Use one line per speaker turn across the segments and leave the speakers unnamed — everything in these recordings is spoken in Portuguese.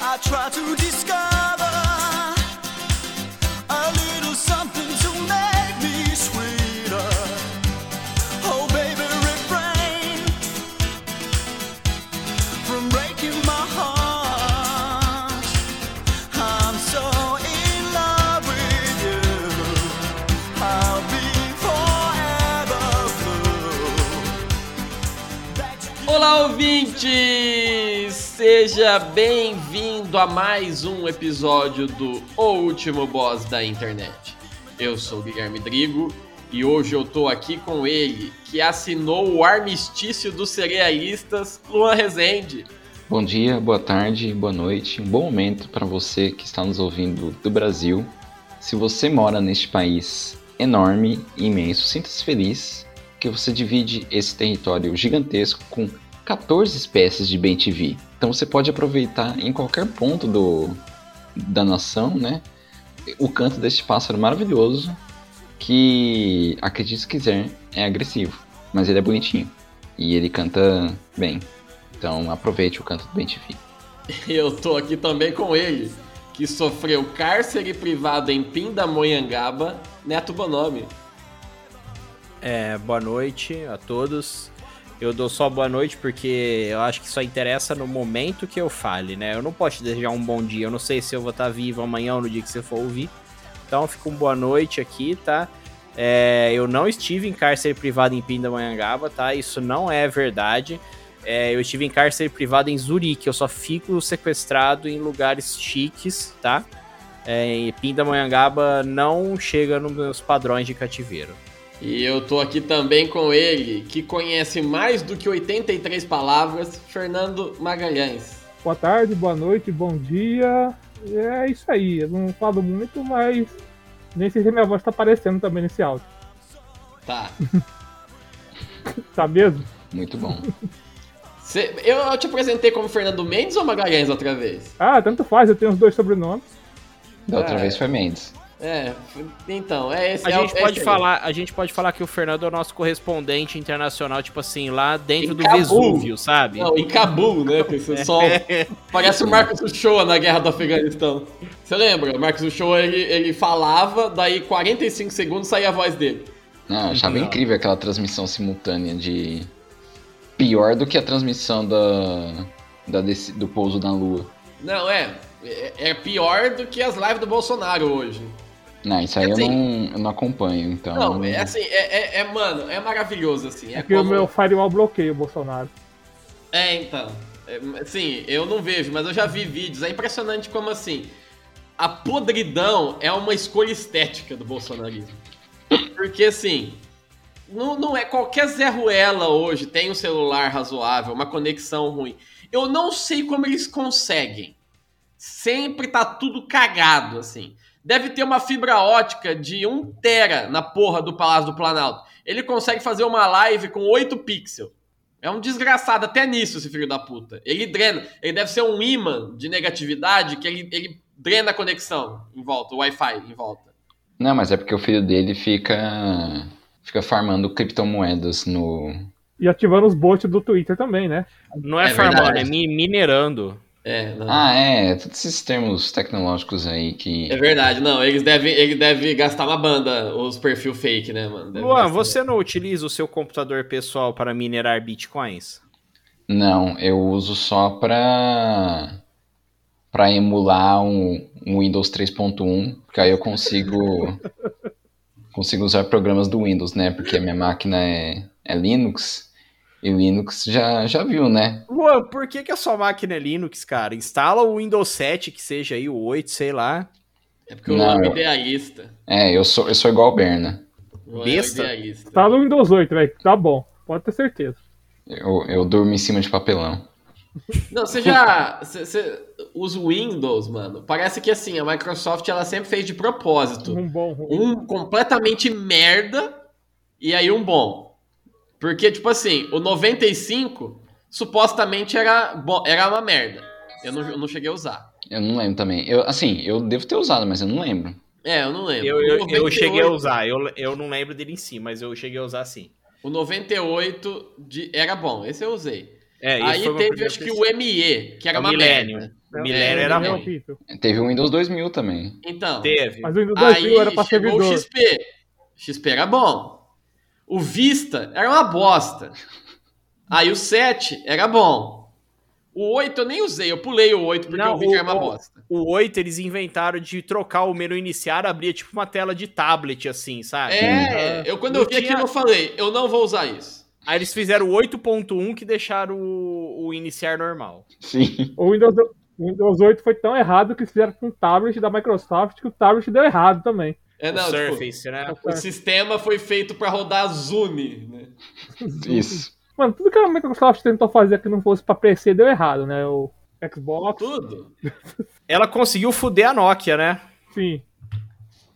I try to discover a little something to make me sweeter. Oh, baby, refrain from breaking my heart. I'm so in love with you. I'll be forever blue. That you
Olá, ouvintes! Seja bem-vindo a mais um episódio do O Último Boss da Internet. Eu sou o Guilherme Drigo e hoje eu tô aqui com ele, que assinou o armistício dos cerealistas, Luan Rezende.
Bom dia, boa tarde, boa noite, um bom momento para você que está nos ouvindo do Brasil. Se você mora neste país enorme e imenso, sinta-se feliz que você divide esse território gigantesco com 14 espécies de bem TV. Então você pode aproveitar em qualquer ponto do, da nação, né? O canto deste pássaro maravilhoso que, acredite se quiser, é agressivo, mas ele é bonitinho e ele canta bem. Então aproveite o canto do bem TV.
E Eu tô aqui também com ele, que sofreu cárcere privado em Pindamonhangaba, Neto Bonomi.
É, boa noite a todos. Eu dou só boa noite porque eu acho que só interessa no momento que eu fale, né? Eu não posso te desejar um bom dia. Eu não sei se eu vou estar vivo amanhã ou no dia que você for ouvir. Então fica um boa noite aqui, tá? É, eu não estive em cárcere privado em Pindamonhangaba, tá? Isso não é verdade. É, eu estive em cárcere privado em Zurique. Eu só fico sequestrado em lugares chiques, tá? É, e Pindamonhangaba não chega nos meus padrões de cativeiro.
E eu tô aqui também com ele, que conhece mais do que 83 palavras, Fernando Magalhães.
Boa tarde, boa noite, bom dia. É isso aí. Eu não falo muito, mas nem sei se minha voz tá aparecendo também nesse áudio.
Tá.
Tá mesmo?
Muito bom.
Cê- eu, eu te apresentei como Fernando Mendes ou Magalhães outra vez?
Ah, tanto faz, eu tenho os dois sobrenomes.
Da outra
É.
vez foi Mendes.
É, f- então, é esse
A
é o-
gente
é
pode
esse aí.
falar, a gente pode falar que o Fernando é o nosso correspondente internacional, tipo assim, lá dentro
Em
do
Cabul.
Vesúvio, sabe?
Não, em Cabul, né? Que esse sol
É.
parece o Marcos Uchoa na guerra do Afeganistão. Você lembra? O Marcos Uchoa, ele, ele falava, daí 45 segundos saía a voz dele.
Não, eu
Uhum.
achava incrível aquela transmissão simultânea de. Pior do que a transmissão da. da desse- do pouso na Lua.
Não, é, é, é pior do que as lives do Bolsonaro hoje.
Não, isso aí
É assim.
eu, não, eu não acompanho, então.
Não, é assim, é, é- é, mano, é maravilhoso, assim. É,
É que o
como-
meu firewall bloqueia o Bolsonaro.
É, então. É, Sim, eu não vejo, mas eu já vi vídeos. É impressionante como assim. A podridão é uma escolha estética do bolsonarismo. Porque assim. Não, não é qualquer Zé Ruela hoje tem um celular razoável, uma conexão ruim. Eu não sei como eles conseguem. Sempre tá tudo cagado assim. Deve ter uma fibra ótica de 1 tera na porra do Palácio do Planalto. Ele consegue fazer uma live com 8 pixels. É um desgraçado até nisso, esse filho da puta. Ele drena. Ele deve ser um imã de negatividade que ele, ele drena a conexão em volta, o Wi-Fi em volta.
Não, mas é porque o filho dele fica. fica farmando criptomoedas no.
E ativando os bots do Twitter também, né?
Não é,
É
farmando,
verdade.
é mi- minerando.
É, não.
Ah, é, todos esses termos tecnológicos aí que.
É verdade, não. Eles devem, ele deve gastar uma banda, os perfil fake, né, mano? Deve
Luan,
gastar.
você não utiliza o seu computador pessoal para minerar bitcoins?
Não, eu uso só pra. pra emular um, um Windows 3.1, porque aí eu consigo. consigo usar programas do Windows, né? Porque a minha máquina é, é Linux. E Linux já, já viu, né?
Luan, por que, que a sua máquina é Linux, cara? Instala o Windows 7, que seja aí o 8, sei lá.
É porque o
Não.
Luan é idealista.
É, eu sou, eu sou igual o Berna.
O Luan
Besta.
É idealista.
Tá no Windows 8, velho. Tá bom, pode ter certeza.
Eu, eu durmo em cima de papelão.
Não, você já. Você, você- os Windows, mano. Parece que assim, a Microsoft ela sempre fez de propósito.
Um bom ruim.
um completamente merda e aí um bom. Porque, tipo assim, o 95 supostamente era, bo- era uma merda. Eu não, eu não cheguei a usar.
Eu não lembro também. Eu, assim, eu devo ter usado, mas eu não lembro.
É, eu não lembro.
Eu, eu,
O
eu
98
cheguei a usar, eu, eu não lembro dele em si, mas eu cheguei a usar sim.
O 98 de... era bom, esse eu usei.
É, esse
Aí
foi meu
teve,
primeiro
acho que,
PC.
o ME, que era uma
Millennium.
merda.
O
É,
Millennium era
Millennium.
ruim.
horrível.
Teve o Windows 2000 também.
Então,
Teve.
Mas o Windows 2000 era
aí
pra
chegou
servidor.
o XP. XP era bom. O Vista era uma bosta. Aí o 7 era bom. O 8 eu nem usei, eu pulei o 8 porque
Não,
eu vi que
o-
era uma
o-
bosta.
O 8 eles inventaram de trocar o menu iniciar, abria tipo uma tela de tablet assim, sabe?
É, eu quando eu
Não
vi
tinha-
aquilo eu falei, eu não vou usar isso.
Aí eles fizeram o 8.1 que deixaram o, o iniciar normal.
Sim.
O Windows, o Windows 8 foi tão errado que eles fizeram com o tablet da Microsoft que o tablet deu errado também. Tá
É,
o
não, tipo,
Surface, né?
o sistema foi feito pra rodar Zune, né?
Isso.
Mano, tudo que a Microsoft tentou fazer que não fosse pra PC deu errado, né? O Xbox,
Tudo.
Ela conseguiu fuder a Nokia, né?
enfim.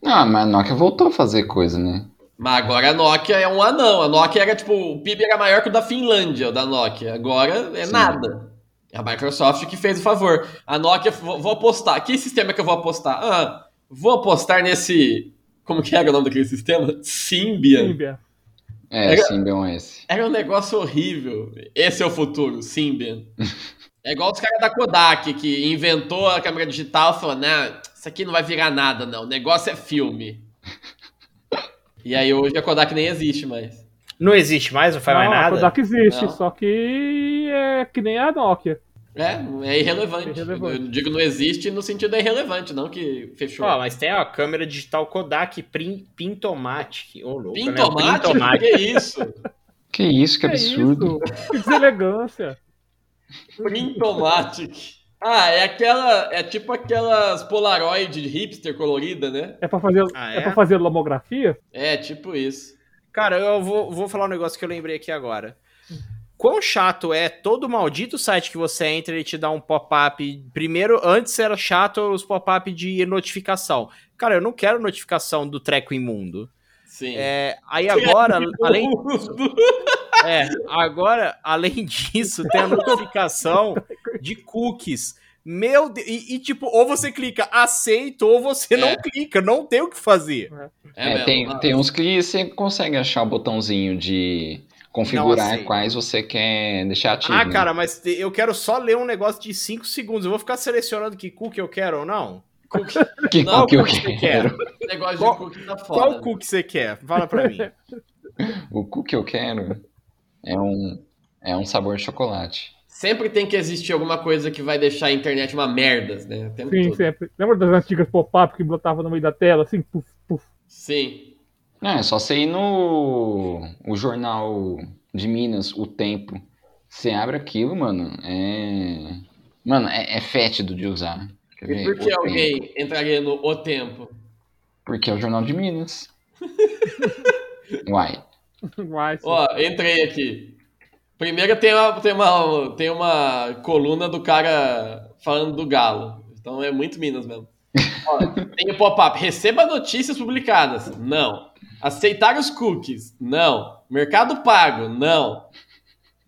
Ah, mas a Nokia voltou a fazer coisa, né?
Mas agora a Nokia é um anão. A Nokia era tipo, o PIB era maior que o da Finlândia, o da Nokia. Agora é
Sim.
nada. É a Microsoft que fez o favor. A Nokia, vou, vou apostar. Que sistema que eu vou apostar? Ah, vou apostar nesse. Como que era o nome daquele sistema? Symbian.
Symbian.
É,
Era-
Symbian OS.
Era um negócio horrível. Esse é o futuro, Symbian. É igual os caras da Kodak, que inventou a câmera digital e falou, não, isso aqui não vai virar nada, não. O negócio é filme. E aí hoje a Kodak nem existe mais.
Não existe mais, não faz mais
Não, é a
nada.
Kodak existe,
Não.
só que é que nem a Nokia.
É, é irrelevante.
É irrelevante.
Eu digo não existe no sentido é irrelevante, não que fechou.
Ó, mas tem a câmera digital Kodak Prin- Pintomatic. Ô, louco,
Pintomático?
Né? Pintomatic.
Que é isso?
Que isso, que
é
absurdo.
isso? Que deselegância.
Pintomatic. Ah, é aquela. É tipo aquelas Polaroid hipster colorida, né?
É pra fazer,
Ah,
é?
é?
pra fazer lomografia?
É, tipo isso.
Cara, eu vou, vou falar um negócio que eu lembrei aqui agora. Quão chato é todo maldito site que você entra e te dá um pop-up. Primeiro, antes era chato os pop-up de notificação. Cara, eu não quero notificação do treco imundo.
Sim.
É, aí agora, além,
Do-
é, agora, além disso, tem a notificação de cookies. Meu Deus, e, e tipo, ou você clica aceito ou você
É.
não clica, não tem o que fazer.
É,
mesmo, Ah,
tem,
nossa.
tem uns que você consegue achar o botãozinho de configurar
aceito.
quais você quer deixar ativo.
Ah,
né?
cara, mas te- eu quero só ler um negócio de 5 segundos. Eu vou ficar selecionando que cookie eu quero ou não?
Cookie,
Que
Não,
cookie eu
cookie você
quero?
negócio
Qual-
de cookie tá foda.
Qual cookie você quer? Fala pra mim.
O cookie eu quero é um, é um sabor de chocolate.
Sempre tem que existir alguma coisa que vai deixar a internet uma merda, né? O tempo
Sim,
todo.
sempre. Lembra das antigas pop-up que botava no meio da tela, assim? Puf, puf.
Sim.
Não, é só você ir no o jornal de Minas, O Tempo. Você abre aquilo, mano, é... Mano, é, é fétido de usar. Quer
E
ver?
por
O
que
Tempo.
alguém entraria no O Tempo?
Porque é o jornal de Minas. Uai.
Mas,
Ó, entrei aqui. Primeiro tem uma, tem, uma, tem uma coluna do cara falando do galo. Então é muito Minas mesmo. Ó, tem o pop-up. Receba notícias publicadas. Não. Aceitar os cookies. Não. Mercado Pago. Não.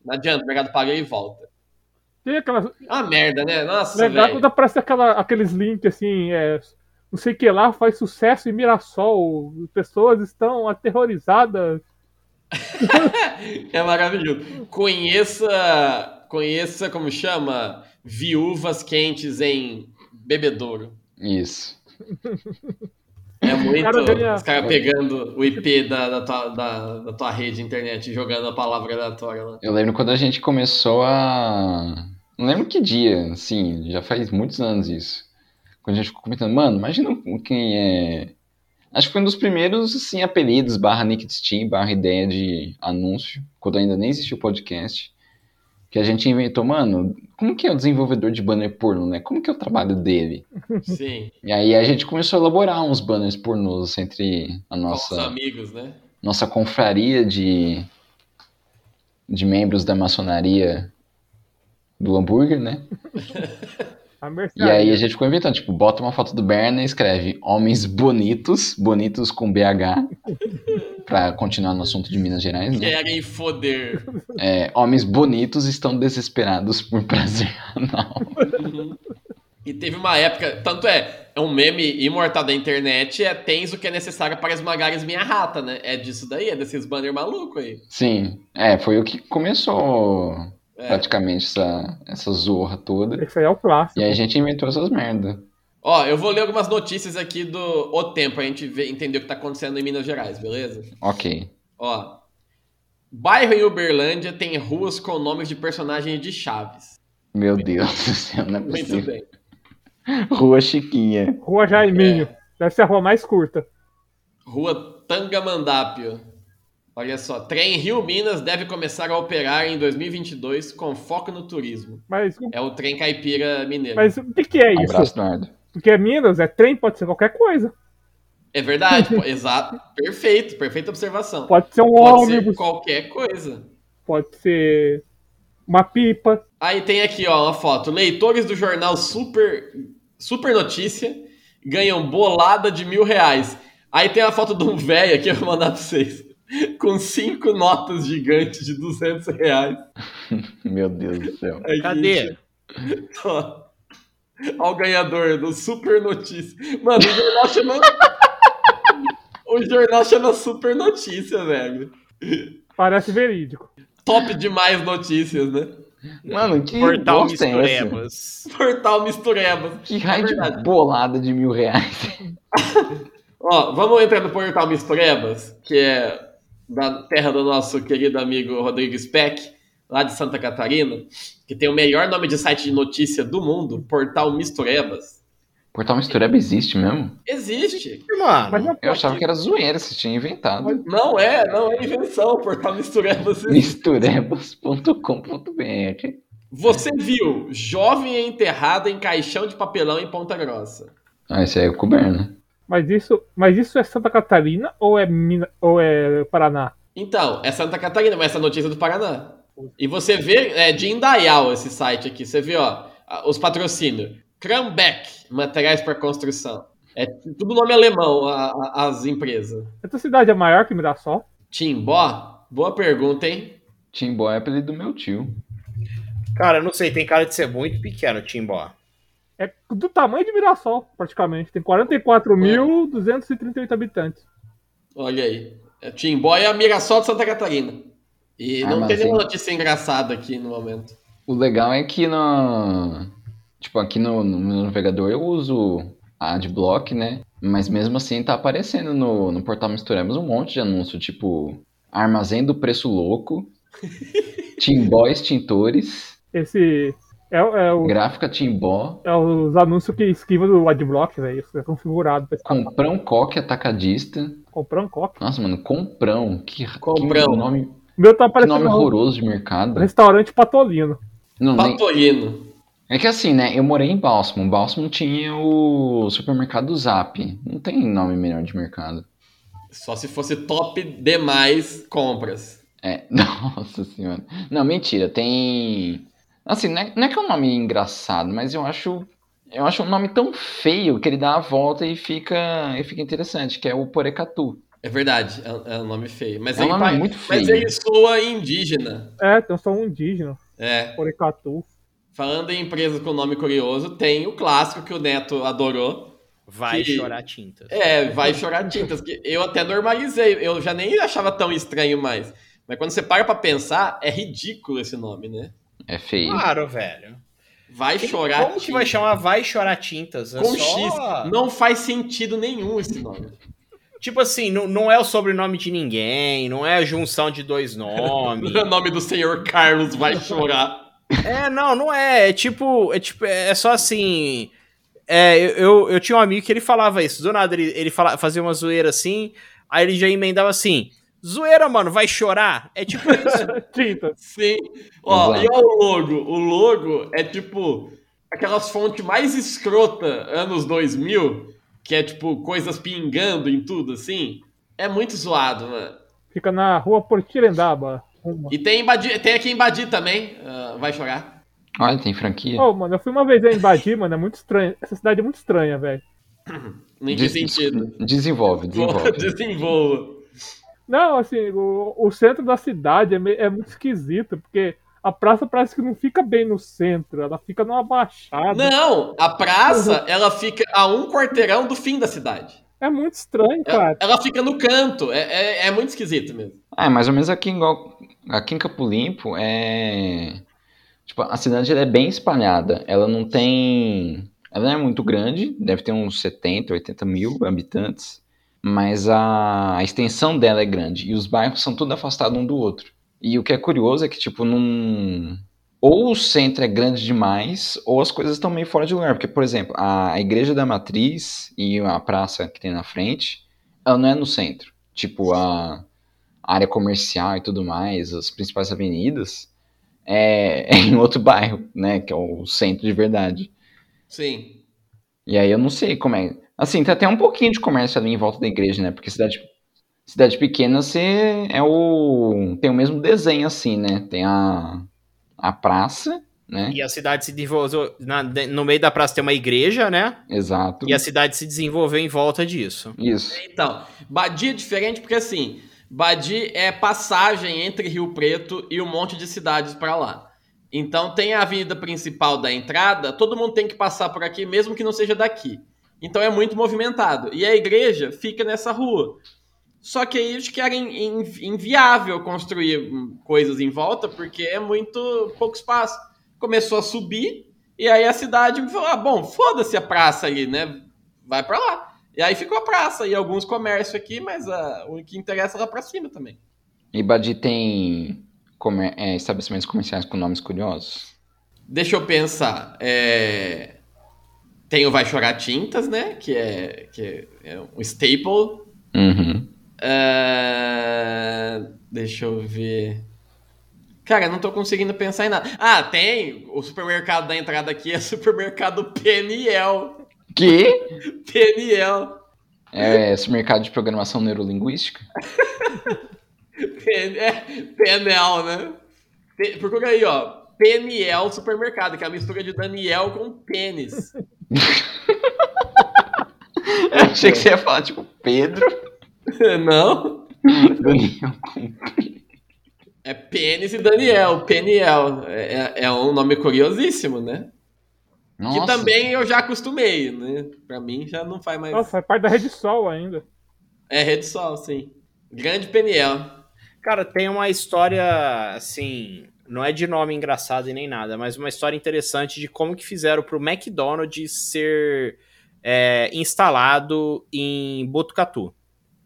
Não adianta, Mercado Pago aí volta.
tem aquelas.
Ah, merda, né? Nossa,
legal
velho.
quando aparece aquela, aqueles links assim, é, não sei o que lá, faz sucesso em Mirassol. Pessoas estão aterrorizadas.
É maravilhoso. Conheça, conheça como chama? Viúvas quentes em bebedouro.
Isso.
É muito.
Cara, eu queria-
Os caras pegando o IP da, da, tua, da, da tua rede de internet e jogando a palavra aleatória lá.
Eu lembro quando a gente começou a. Não lembro que dia, assim, já faz muitos anos isso. Quando a gente ficou comentando, mano, imagina quem é. Acho que foi um dos primeiros, assim, apelidos, barra Nick de Steam, barra ideia de anúncio, quando ainda nem existia o podcast, que a gente inventou, mano, como que é o desenvolvedor de banner porno, né? Como que é o trabalho dele?
Sim,
E aí a gente começou a elaborar uns banners pornos entre
com
a
os
nossa,
amigos, né?
nossa confraria de, de membros da maçonaria do hambúrguer, né?
A
E aí
mercearia.
a gente ficou inventando, tipo, bota uma foto do Berna e escreve homens bonitos, bonitos com BH, pra continuar no assunto de Minas Gerais, né?
Querem foder.
É, homens bonitos estão desesperados por prazer anal.
E teve uma época, tanto é, é um meme imortal da internet, é tens o que é necessário para esmagares minha rata, né? É disso daí, é desses banner maluco aí.
Sim, é, foi o que começou
É.
praticamente essa, essa zorra toda.
Esse aí é o clássico.
E aí a gente inventou essas merdas.
Ó, eu vou ler algumas notícias aqui do O Tempo, a gente ver- entender o que tá acontecendo em Minas Gerais, beleza?
Ok.
Ó. Bairro em Uberlândia tem ruas com nomes de personagens de Chaves.
Meu Deus do céu, não é
Muito
possível.
bem.
Rua Chiquinha.
Rua Jaiminho. Deve ser a rua mais curta.
Rua Tangamandápio. Olha só, trem Rio Minas deve começar a operar em 2022 com foco no turismo.
Mas,
É o trem caipira mineiro.
mas o que, que é isso?
Abraço, Eduardo.
Porque Minas é trem, pode ser qualquer coisa.
É verdade, pô, exato. Perfeito, perfeita observação. Pode,
Pode ser um
ser
ônibus,
qualquer coisa.
pode ser uma pipa.
Aí tem aqui, ó, uma foto. Leitores do jornal Super, Super Notícia ganham bolada de mil reais. Aí tem uma foto de um velho aqui, eu vou mandar pra vocês. Com cinco notas gigantes de 200 reais.
Meu Deus do céu.
Aí,
Cadê?
Ó, Ó o ganhador do Super Notícia. Mano, o jornal chama. o jornal chama Super Notícia, velho.
Parece verídico.
Top demais notícias, né?
Mano, que
Portal
bosta é essa?
Misturebas.
Portal Mistureba.
Que raio de
É verdade.
bolada de mil reais.
Ó, vamos entrar no portal Misturebas, que é da terra do nosso querido amigo Rodrigo Speck, lá de Santa Catarina, que tem o melhor nome de site de notícia do mundo, Portal Misturebas.
Portal Mistureba existe mesmo?
Existe.
Mas
Mano,
não
Eu
pode.
achava que era zoeira, você tinha inventado.
Não é, não é invenção, Portal Misturebas. existe.
Misturebas.com.br
Você viu jovem é enterrado em caixão de papelão em Ponta Grossa.
Ah, esse aí é o Cuberna.
Mas isso, mas isso é Santa Catarina ou é, Minas, ou é Paraná?
Então, é Santa Catarina, mas essa notícia é do Paraná. E você vê, é de Indaial esse site aqui. Você vê, ó, a- os patrocínios. Krambeck, materiais para construção. É tudo nome alemão, a- a- as empresas.
Essa cidade é maior que Mirassol?
Timbó? Boa pergunta, hein?
Timbó é apelido do meu tio.
cara, eu não sei, tem cara de ser muito pequeno, Timbó.
É do tamanho de Mirassol, praticamente. Tem 44.238 habitantes.
Olha aí. É Timbó é a Mirassol de Santa Catarina. E não tem
Armazém.
nenhuma notícia engraçada aqui no momento.
O legal é que no. Tipo, aqui no, no meu navegador eu uso a Adblock, né? Mas mesmo assim tá aparecendo no, no portal Misturemos um monte de anúncio, tipo Armazém do Preço Louco, Timbó Extintores,
Esse é, é o-
Gráfica Timbó,
é os anúncios que esquiva do Adblock, velho. Isso é configurado. pra escapar.
Comprão Coque Atacadista.
Comprar um coque.
Nossa, mano, Comprão. Que,
Comprão.
que nome,
O meu tá
que
parecendo
nome
um
horroroso de mercado.
restaurante patolino.
Não, nem,
Patolino.
É que assim, né? Eu morei em Bálsamo. Bálsamo tinha o supermercado Zap. Não tem nome melhor de mercado.
Só se fosse top demais compras.
É, nossa senhora. Não, mentira, tem. Assim, não é, não é que é um nome engraçado, mas eu acho. Eu acho um nome tão feio que ele dá a volta e fica, e fica interessante, que é o Porecatu.
É verdade, é, é um nome feio. Mas,
É um
ele,
nome
pa-
muito
mas
feio.
ele soa indígena.
É, tem um som indígena,
É.
Porecatu.
Falando em empresas com nome curioso, tem o clássico que o Neto adorou.
Vai
Que-
chorar tintas.
É, vai chorar tintas. Que eu até normalizei, eu já nem achava tão estranho mais. Mas quando você para pra pensar, é ridículo esse nome, né?
É feio.
Claro, velho.
Vai
Quem-
chorar
Como que vai chamar Vai Chorar Tintas? É
Com
só-
X. Não faz sentido nenhum esse nome.
Tipo assim, não, não é o sobrenome de ninguém, não é a junção de dois nomes.
O nome do senhor Carlos vai chorar.
é, não, não é. É tipo, é, tipo, é só assim. É, eu, eu, eu tinha um amigo que ele falava isso. Do nada, ele, ele fala, fazia uma zoeira assim, aí ele já emendava assim. Zoeira, mano, vai chorar? É tipo isso.
Tinta.
Sim. Ó,
Exato.
e ó o logo. O logo é tipo aquelas fontes mais escrota anos 2000, que é tipo coisas pingando em tudo assim. É muito zoado, mano.
Fica na rua Portirendaba. Uma.
E tem, em Badi, tem aqui em Badi também. ah, vai chorar.
Olha, tem franquia.
Ô, mano, eu fui uma vez aí em Badi, mano, é muito estranho. Essa cidade é muito estranha, velho.
Em que
Des-
sentido?
Desenvolve, desenvolve.
Desenvolva.
Não, assim, o, o centro da cidade é, meio- é muito esquisito, porque a praça parece que não fica bem no centro, ela fica numa baixada.
Não, a praça, ela fica a um quarteirão do fim da cidade.
É muito estranho,
Ela,
cara.
ela fica no canto, é, é, é muito esquisito mesmo.
Ah, é mais ou menos aqui em, Gol- aqui em Campo Limpo é. Tipo, a cidade ela é bem espalhada. Ela não tem. Ela não é muito grande, deve ter uns 70, 80 mil habitantes. Mas a, a extensão dela é grande. E os bairros são tudo afastados um do outro. E o que é curioso é que, tipo, num. Ou o centro é grande demais, ou as coisas estão meio fora de lugar. Porque, por exemplo, a a igreja da Matriz e a praça que tem na frente, ela não é no centro. Tipo, a área comercial e tudo mais, as principais avenidas, é, é em outro bairro, né? Que é o centro de verdade.
Sim.
E aí eu não sei como é. Assim, tem até um pouquinho de comércio ali em volta da igreja, né? Porque cidade, cidade pequena você é o. tem o mesmo desenho, assim, né? Tem a, a praça, né?
E a cidade se desenvolveu. na- de- no meio da praça tem uma igreja, né?
Exato.
E a cidade se desenvolveu em volta disso.
Isso.
Então, Badi é diferente porque assim, Badi é passagem entre Rio Preto e um monte de cidades pra lá. Então tem a avenida principal da entrada, todo mundo tem que passar por aqui, mesmo que não seja daqui. Então é muito movimentado. E a igreja fica nessa rua. Só que aí acho que era in- in- inviável construir hum, coisas em volta, porque é muito pouco espaço. Começou a subir, e aí a cidade falou: ah, bom, foda-se a praça ali, né? Vai pra lá. E aí ficou a praça e alguns comércios aqui, mas ah, o que interessa é lá pra cima também.
E Badi tem comer- é, estabelecimentos comerciais com nomes curiosos.
Deixa eu pensar. é, Tem o Vai Chorar Tintas, né? Que é, que é um staple.
Uhum.
Ah, Deixa eu ver. Cara, eu não tô conseguindo pensar em nada. Ah, tem o supermercado da entrada aqui, é supermercado PNL.
Que?
PNL.
É esse mercado de programação neurolinguística?
PN- é, PNL, né? P- Procura aí, ó. PNL Supermercado, que é a mistura de Daniel com pênis.
Eu achei
é.
que você ia falar, tipo, Pedro.
Não?
Daniel.
É pênis e Daniel, PNL. É, é- é um nome curiosíssimo, né? Que
Nossa,
também eu já acostumei, né? Pra mim já não faz mais.
Nossa, é parte da Rede Sol ainda.
É Rede Sol, sim. Grande PNL.
Cara, tem uma história, assim, não é de nome engraçado e nem nada, mas uma história interessante de como que fizeram pro McDonald's ser é, instalado em Botucatu.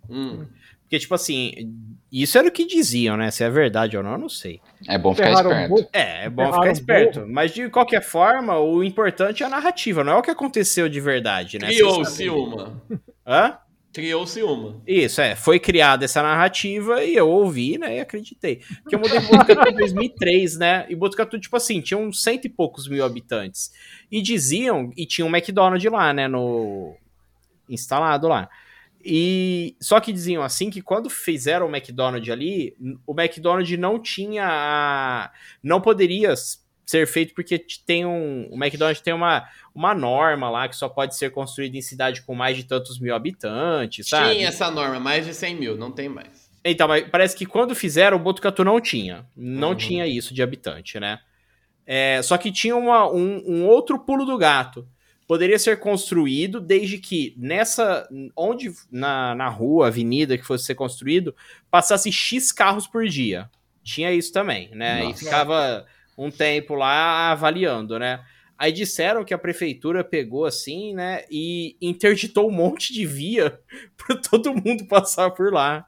Hum.
Porque, tipo assim, isso era o que diziam, né? Se é verdade ou não, eu não sei.
é bom ficar
Ferraram
esperto.
muito.
É, é bom
Erraram
ficar
um
esperto. Mas, de qualquer forma, o importante é a narrativa, não é o que aconteceu de verdade, né? Vocês
Criou-se
sabem.
uma.
Hã?
Criou-se uma.
Isso, é. Foi criada essa narrativa e eu ouvi, né? E acreditei. Porque eu mudei pra Botucatu em 2003, né? E Botucatu, tipo assim, tinha uns cento e poucos mil habitantes. E diziam... E tinha um McDonald's lá, né? No... Instalado lá. E só que diziam assim que quando fizeram o McDonald's ali, n- o McDonald's não tinha a- não poderia s- ser feito porque t- tem um, o McDonald's tem uma, uma norma lá que só pode ser construído em cidade com mais de tantos mil habitantes, sabe?
Tinha essa norma, mais de 100 mil, não tem mais.
Então, mas parece que quando fizeram, o Botucatu não tinha. Não
Uhum.
tinha isso de habitante, né? É, só que tinha uma- um, um outro pulo do gato. Poderia ser construído desde que nessa. onde na, na rua, avenida que fosse ser construído, passasse X carros por dia. Tinha isso também, né? E
Nossa.
ficava um tempo lá avaliando, né? Aí disseram que a prefeitura pegou assim, né? E interditou um monte de via para todo mundo passar por lá.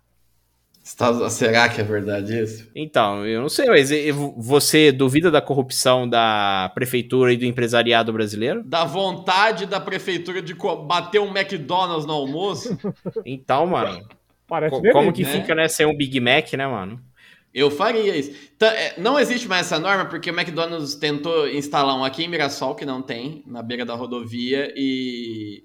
Está- Será que é verdade isso?
Então, eu não sei, mas e- e vo- você duvida da corrupção da prefeitura e do empresariado brasileiro?
da vontade da prefeitura de co- bater um McDonald's no almoço,
Então, mano,
Parece
co-
delírio.
como que
né?
fica, né, sem um Big Mac, né, mano?
eu faria isso. Tá, é, Não existe mais essa norma porque o McDonald's tentou instalar um aqui em Mirassol, que não tem, na beira da rodovia, e,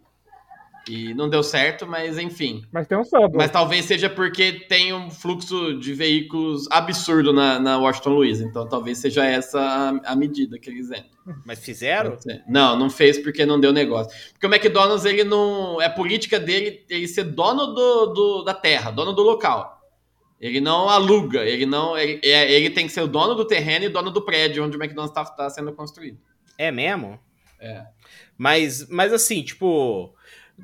e não deu certo, mas enfim.
Mas tem um samba.
Mas talvez seja porque tem um fluxo de veículos absurdo na, na Washington Luiz, então talvez seja essa a, a medida que eles entram.
Mas fizeram?
Não, não fez porque não deu negócio. Porque o McDonald's, ele não. É política dele ele ser dono do, do- da terra, dono do local. Ele não aluga, ele não. Ele, é- ele tem que ser o dono do terreno e dono do prédio onde o McDonald's tá, tá sendo construído.
É mesmo?
É.
Mas, mas assim, tipo,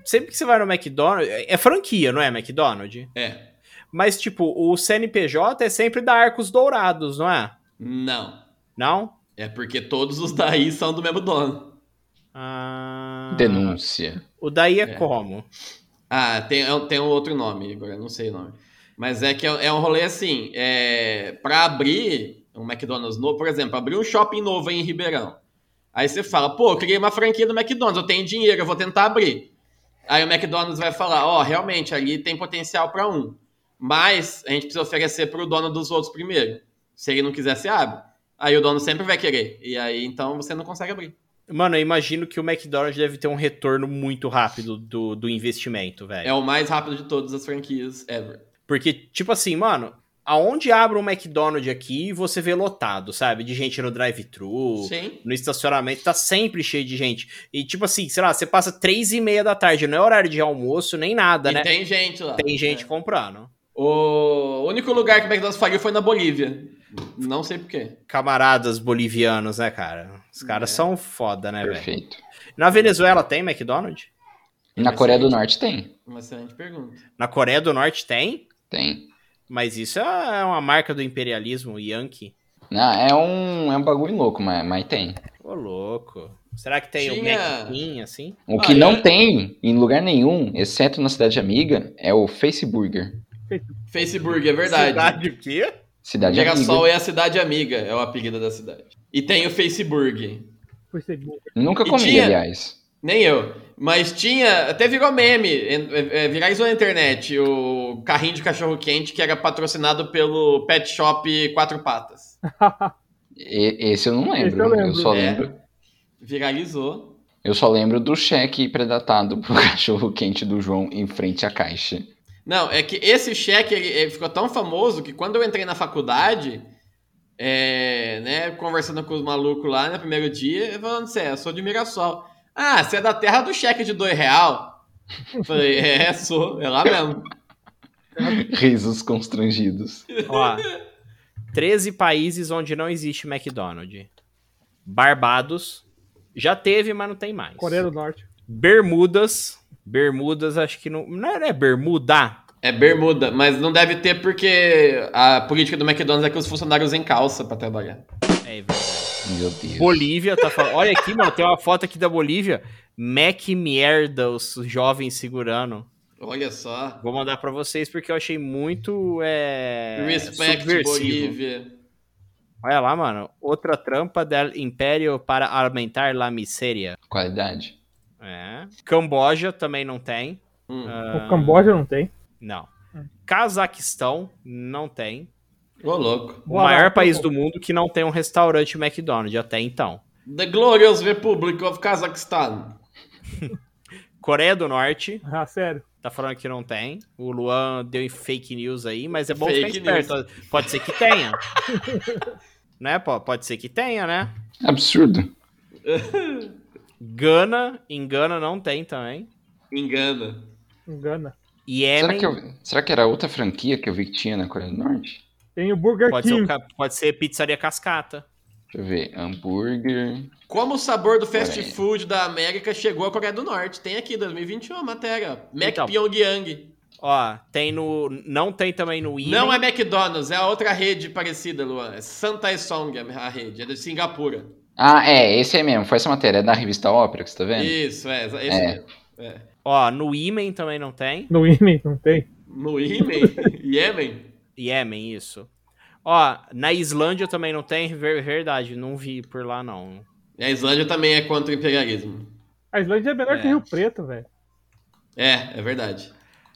sempre que você vai no McDonald's, é é franquia, não é McDonald's?
É.
Mas tipo, o CNPJ é sempre da Arcos Dourados, não é?
Não.
Não?
É porque todos os daí são do mesmo dono.
Ah,
Denúncia.
O daí é,
É.
como?
Ah, tem, é um- tem um outro nome, Igor, eu não sei o nome. Mas é que é, é um rolê assim, é, para abrir um McDonald's novo, por exemplo, abrir um shopping novo aí em Ribeirão. Aí você fala, pô, eu criei uma franquia do McDonald's, eu tenho dinheiro, eu vou tentar abrir. Aí o McDonald's vai falar, ó, realmente, ali tem potencial para um. Mas a gente precisa oferecer para o dono dos outros primeiro. Se ele não quiser, você abre. Aí o dono sempre vai querer. E aí, então, você não consegue abrir.
Mano, eu imagino que o McDonald's deve ter um retorno muito rápido do, do investimento, velho.
É o mais rápido de todas as franquias ever.
Porque, tipo assim, mano, aonde abre um McDonald's aqui, você vê lotado, sabe? De gente no drive-thru,
Sim.
no estacionamento, tá sempre cheio de gente. E, tipo assim, sei lá, você passa três e meia da tarde, não é horário de almoço, nem nada,
E
né?
tem gente lá.
Tem gente
É.
comprando.
O único lugar que o McDonald's faliu foi na Bolívia. Não sei porquê.
Camaradas bolivianos, né, cara? Os caras
É.
são foda, né, velho?
Perfeito.
Na Venezuela tem McDonald's?
Na Coreia do Norte tem.
Uma excelente pergunta.
Na Coreia do Norte tem?
Tem.
Mas isso é uma marca do imperialismo yankee.
Não, é um, é um bagulho louco, mas, mas tem.
Ô, louco. Será que tem
Tinha-
o Mackin, assim?
O que
Ah,
não
é?
tem em lugar nenhum, exceto na cidade amiga, é o Faceburger.
Facebook, é verdade.
Cidade o quê?
Cidade
Mirassol
amiga.
é a cidade amiga, é o apelido da cidade. E tem o Facebook.
Foi segundo.
Nunca
E
comi,
tinha-
aliás.
Nem eu. Mas tinha. Até virou meme. en- é, é, Viralizou na internet o carrinho de cachorro quente que era patrocinado pelo Pet Shop Quatro Patas.
E- esse eu não lembro.
eu
eu,
lembro.
só
É.
lembro.
Viralizou.
Eu só lembro do cheque predatado pro cachorro quente do João em frente à caixa.
Não, é que esse cheque ele, ele ficou tão famoso que quando eu entrei na faculdade, é, né, conversando com os malucos lá no primeiro dia, eu falando, você é, eu sou de Mirassol. Ah, você é da terra do cheque de dois real? Eu Falei, é, sou, é lá mesmo.
Risos constrangidos.
Ó, 13 países onde não existe McDonald's. Barbados. Já teve, mas não tem mais.
Coreia do Norte.
Bermudas. Bermudas, acho que não. Não é, não é Bermuda?
É bermuda, mas não deve ter porque a política do McDonald's é que os funcionários usem calça pra trabalhar.
É verdade.
Meu Deus.
Bolívia tá falando. Olha aqui, mano, tem uma foto aqui da Bolívia. Mac merda, os jovens segurando.
Olha só.
Vou mandar pra vocês porque eu achei muito. É,
Respect,
subversivo.
Bolívia.
Olha lá, mano. Outra trampa del Império para aumentar la miséria.
Qualidade.
É. Camboja também não tem.
Hum.
Ah,
O Camboja não tem.
Não. Cazaquistão não tem.
Ô, louco.
O
Boa
maior
lá,
país
tá
do mundo que não tem um restaurante McDonald's até então.
The Glorious Republic of Kazakhstan.
Coreia do Norte
Ah, sério.
tá falando que não tem. O Luan deu em fake news aí, mas é bom
Fake
ficar esperto. Pode ser que tenha. né? po- Pode ser que tenha, né?
Absurdo.
Gana, em Gana não tem também.
Engana.
Engana.
Será
Iêmen
que, eu- será que era outra franquia que eu vi que tinha na Coreia do Norte?
Tem o Burger
pode, ser
King.
o ca- pode ser pizzaria cascata.
Deixa eu ver. Hambúrguer.
Como o sabor do fast
Olha aí.
food da América chegou à Coreia do Norte. Tem aqui, 2021, a matéria. ó. Mac
Então.
Pyongyang.
Ó, tem no. Não tem também no Iêmen.
Não é McDonald's, é a outra rede parecida, Luan. É Santa Song a rede, é de Singapura.
Ah, é, esse aí mesmo. Foi essa matéria. É da revista Ópera que você tá vendo?
Isso, é. Esse
É.
mesmo. É.
Ó, no Iêmen também não tem.
No Imen não tem.
No Imen, Yemen.
Iêmen, isso. Ó, na Islândia também não tem, ver- verdade, não vi por lá não.
E a Islândia também é contra o imperialismo.
A Islândia é melhor
É.
que Rio Preto, velho.
É, é verdade.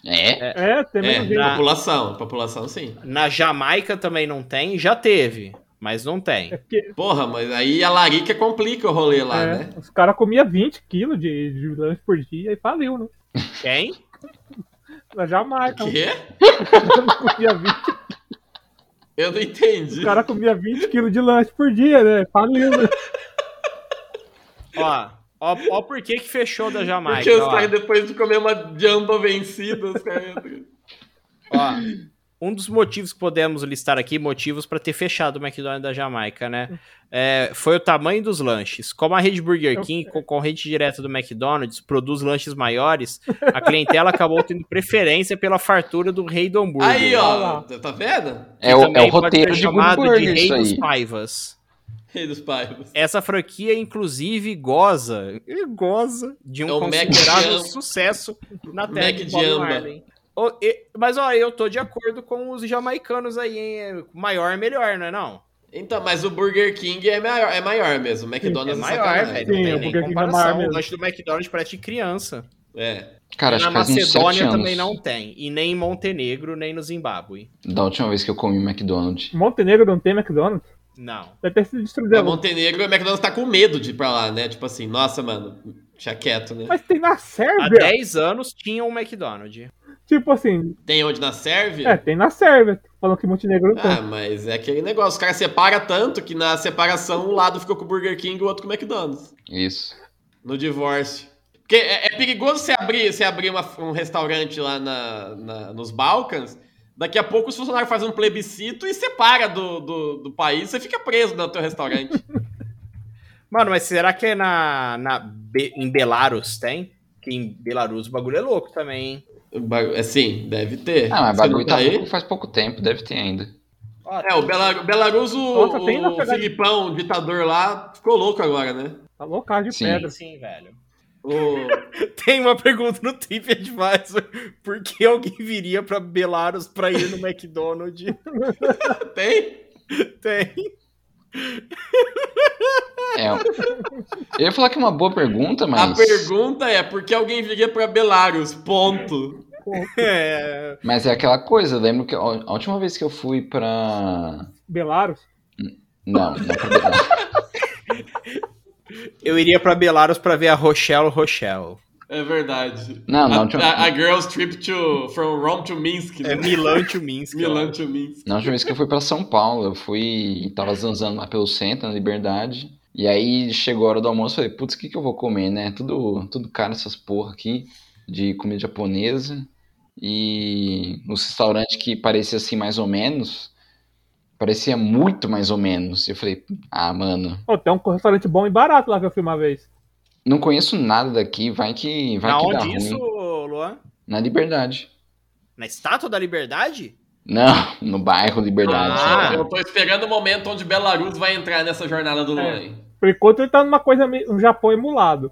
É?
É, tem menos
É,
gente.
na-
população, população sim.
Na Jamaica também não tem, já teve, mas não
É
tem.
porque
Porra, mas aí a larica complica o rolê lá,
é,
né?
os caras comiam 20 quilos de, de lanche por dia e faliu, né?
Tem?
Na Jamaica, os
Quê?
caras comiam 20,
Eu não entendi.
os cara comia 20 quilos de lanche por dia, né? Faliu, né?
Ó, ó, ó por que que fechou da Jamaica,
Porque os
ó,
caras, depois de comer uma jamba vencida, os caras.
ó. um dos motivos que podemos listar aqui, motivos para ter fechado o McDonald's da Jamaica, né? É, foi o tamanho dos lanches. Como a rede Burger King, concorrente direta do McDonald's, produz lanches maiores, a clientela acabou tendo preferência pela fartura do rei do hambúrguer.
Aí, ó, tá vendo?
É o, é
Também
o
pode ser
roteiro de Good
chamado de
Burger
rei
isso
dos
aí.
paivas.
Rei dos Paivas.
Essa franquia, inclusive, goza, goza de um
É o Mac
considerável
Jam.
sucesso na
Mac
terra de Bob
Jamba.
Marley. Ô, e- Mas, ó, eu tô de acordo com os jamaicanos aí, hein? Maior é melhor, não é não?
Então, mas o Burger King é maior, é maior mesmo. O
É
McDonald's é,
maior,
sacanagem.
velho.
Sim, o
Não tem
Burger
nem
King é maior
comparação. O
mesmo.
lanche do McDonald's parece de criança.
É.
Cara, acho
na
que faz uns 7
Macedônia
anos.
também não tem. E nem em Montenegro, nem no Zimbábue.
Da última vez que eu comi McDonald's.
Montenegro não tem McDonald's?
Não.
Deve ter sido destruído.
Pra Montenegro, o McDonald's tá com medo de ir pra lá, né? Tipo assim, nossa, mano, deixa quieto, né?
Mas tem na
Há
Sérvia.
10 anos tinha um McDonald's.
Tipo assim,
Tem onde na Sérvia?
é, tem na Sérvia. Falando que Montenegro não tem.
Ah, mas é aquele negócio, os caras separam tanto que na separação um lado ficou com o Burger King e o outro com o McDonald's.
Isso.
No divórcio. Porque é, é perigoso você abrir, você abrir uma- um restaurante lá na, na- nos Balcãs, daqui a pouco os funcionários fazem um plebiscito e separa do, do, do país, você fica preso no teu restaurante.
Mano, mas será que é na, na Be- em Belarus tem? Que em Belarus o bagulho é louco também, hein?
Ba- Assim, deve ter.
Ah, mas
Você não
bagulho tá
tá aí?
louco faz pouco tempo, deve ter ainda.
Ó,
É, o Bela- Belarus, o,
Nossa, tem na
o
verdade.
Filipão, o ditador lá, ficou louco agora, né?
Tá loucado de
Sim.
tem
pedra.
sim, velho.
O-
Tem uma pergunta no TripAdvisor. Por que alguém viria pra Belarus pra ir no McDonald's?
tem?
Tem.
É. Eu ia falar que é uma boa pergunta, mas.
A pergunta é, por que alguém viria pra Belarus? Ponto.
É,
Mas é aquela coisa, eu lembro que a a última vez que eu fui pra.
Belarus.
Não, não pra Belarus.
eu iria pra Belarus pra ver a Rochelle Rochelle.
É verdade.
Não, não,
a,
tinha-
a, a girl's trip to, from Rome to Minsk,
É
né?
Milan to Minsk.
Milan to Minsk.
Na última vez que eu fui pra São Paulo, eu fui. Tava zanzando lá pelo centro, na Liberdade. E aí chegou a hora do almoço, eu falei, putz, o que, que eu vou comer, né? Tudo, tudo caro essas porra aqui de comida japonesa. E nos restaurantes que parecia assim mais ou menos, parecia muito mais ou menos. E eu falei, ah, mano,
Pô, tem um restaurante bom e barato lá que eu fui uma vez.
não conheço nada daqui, vai que vai
Na
que dá
onde
ruim.
isso, Luan?
Na Liberdade.
Na Estátua da Liberdade?
Não, no bairro Liberdade.
Ah.
Eu tô esperando o momento onde Belarus vai entrar nessa jornada do
É.
Luan.
Por enquanto ele tá numa coisa, meio- um Japão emulado.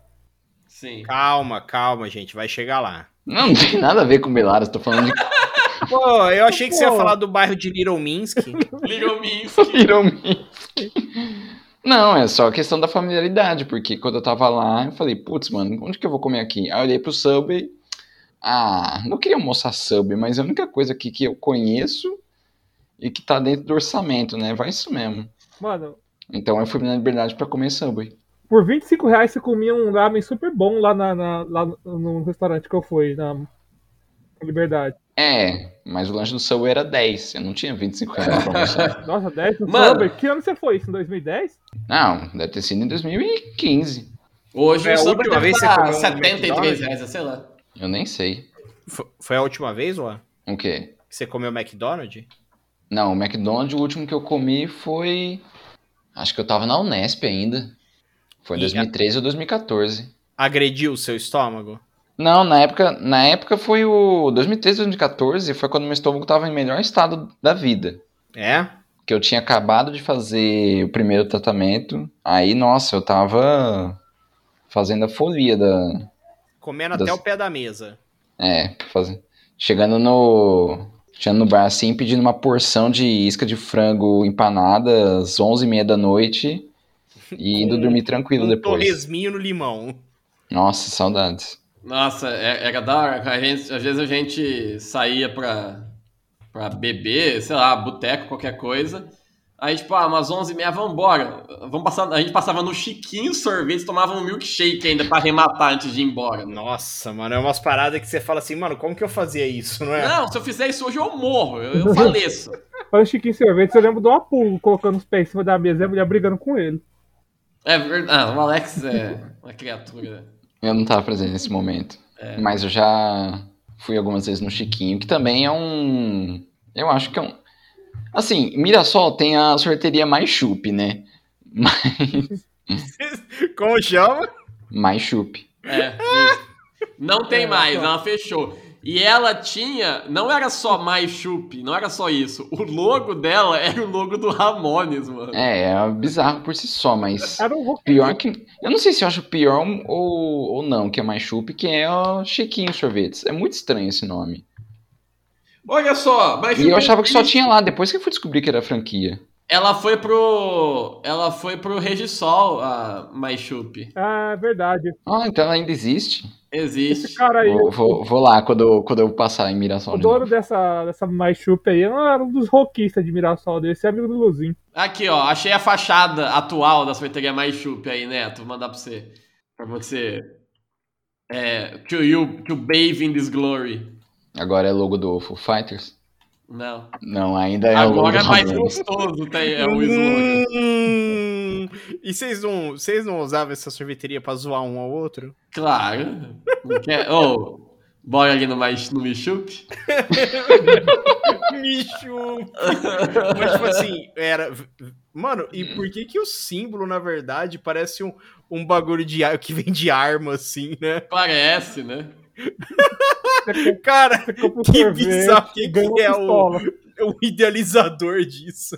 Sim.
Calma, calma, gente, vai chegar lá.
Não, não tem nada a ver com Belarus, tô falando de
Pô, eu achei que você ia
Pô.
falar do bairro de Little Minsk.
Liga o
é
Minsk.
Little Minsk. Não, é só questão da familiaridade, porque quando eu tava lá, eu falei, putz, mano, onde que eu vou comer aqui? Aí eu olhei pro Subway, ah, não queria almoçar Subway, mas é a única coisa aqui que eu conheço e que tá dentro do orçamento, né? Vai isso mesmo.
Mano,
Então eu fui na Liberdade pra comer Subway.
por 25 reais você comia um ramen super bom lá, na, na- lá no- no restaurante que eu fui, na Liberdade.
É, mas o lanche do Subway era 10, eu não tinha 25 reais pra almoçar.
Nossa, 10 no
Mano.
Subway. Que ano você foi isso? Em 2010?
Não, deve ter sido em 2015,
Hoje
É, a
o Samba
última
deve
vez
tá
que você comeu um
73
McDonald's?
reais, sei lá.
eu nem sei.
F- Foi a última vez, Luan?
O quê?
que Você comeu McDonald's?
Não, o McDonald's, o último que eu comi foi. Acho que eu tava na Unesp ainda. Foi em
E-
2013 ou 2014.
Agrediu o seu estômago?
Não, na época, na época foi o 2013, 2014, foi quando meu estômago tava em melhor estado da vida.
É?
Que eu tinha acabado de fazer o primeiro tratamento. Aí, nossa, eu tava fazendo a folia da.
Comendo
Das-
até o pé da mesa.
É, fazendo. Chegando no. Chegando no bar assim, pedindo uma porção de isca de frango empanada às 11h30 da noite e indo dormir tranquilo
Um
depois.
torresminho no limão.
Nossa, saudades.
Nossa, é- era da hora. A gente- às vezes a gente saía pra, pra beber, sei lá, boteco, qualquer coisa. Aí, tipo, ah, umas 11h30, vambora. Vamos passar, a gente passava no Chiquinho Sorvete, tomava um milkshake ainda pra arrematar antes de ir embora.
Nossa, mano, é umas paradas que você fala assim, mano, como que eu fazia isso, não é?
Não, se eu fizer isso hoje eu morro, eu, eu faleço.
Falando Chiquinho Sorvete, eu lembro do Apulo colocando os pés em cima da mesa e a mulher brigando com ele.
É verdade. Ah, o Alex é uma criatura.
Eu não tava presente nesse momento.
É.
Mas eu já fui algumas vezes no Chiquinho, que também é um, Eu acho que é um. Assim, Mirassol tem a sorteria mais chup, né?
Como chama?
Mais chup.
É, isso. Não tem mais, ela fechou. E ela tinha, não era só mais chup, não era só isso. O logo dela era o logo do Ramones, mano.
É, é bizarro por si só, mas.
Era um rock.
Pior que. Eu não sei se eu acho pior um ou, ou não, que é mais chup, que é o Chiquinho Sorvetes. É muito estranho esse nome.
Olha só, mas
E eu achava que só tinha lá, depois que eu fui descobrir que era franquia.
Ela foi pro. Ela foi pro Regisol, a mais chup.
Ah, verdade.
Ah, então ela ainda existe.
Esse
Existe.
cara aí,
Vou, vou- vou lá quando, eu- quando eu passar em Mirassol.
o
de
dono
novo.
dessa, dessa mais chupa aí, era um dos roquistas de Mirassol desse, é amigo do Luzinho.
Aqui, ó, achei a fachada atual da sorteria mais chup aí, Neto. Vou mandar pra você. Pra você. É. To you, to bathe in this glory.
Agora é logo do Foo Fighters?
Não.
Não, ainda é o logo
Agora
do
é mais
Ramones.
gostoso, tá aí, é o slogan.
Hum, e vocês não, vocês não usavam essa sorveteria pra zoar um ao outro?
Claro. Não quer? Ô, bora ali no, mais, no Me Chup?
Me chupa! Mas, tipo assim, era. Mano, e por que que o símbolo, na verdade, parece um, um bagulho de ar- que vem de arma, assim, né?
Parece, né?
Cara,
Ficou pro
que
sorvete,
bizarro que,
ganhou
que é o,
pistola.
o idealizador disso.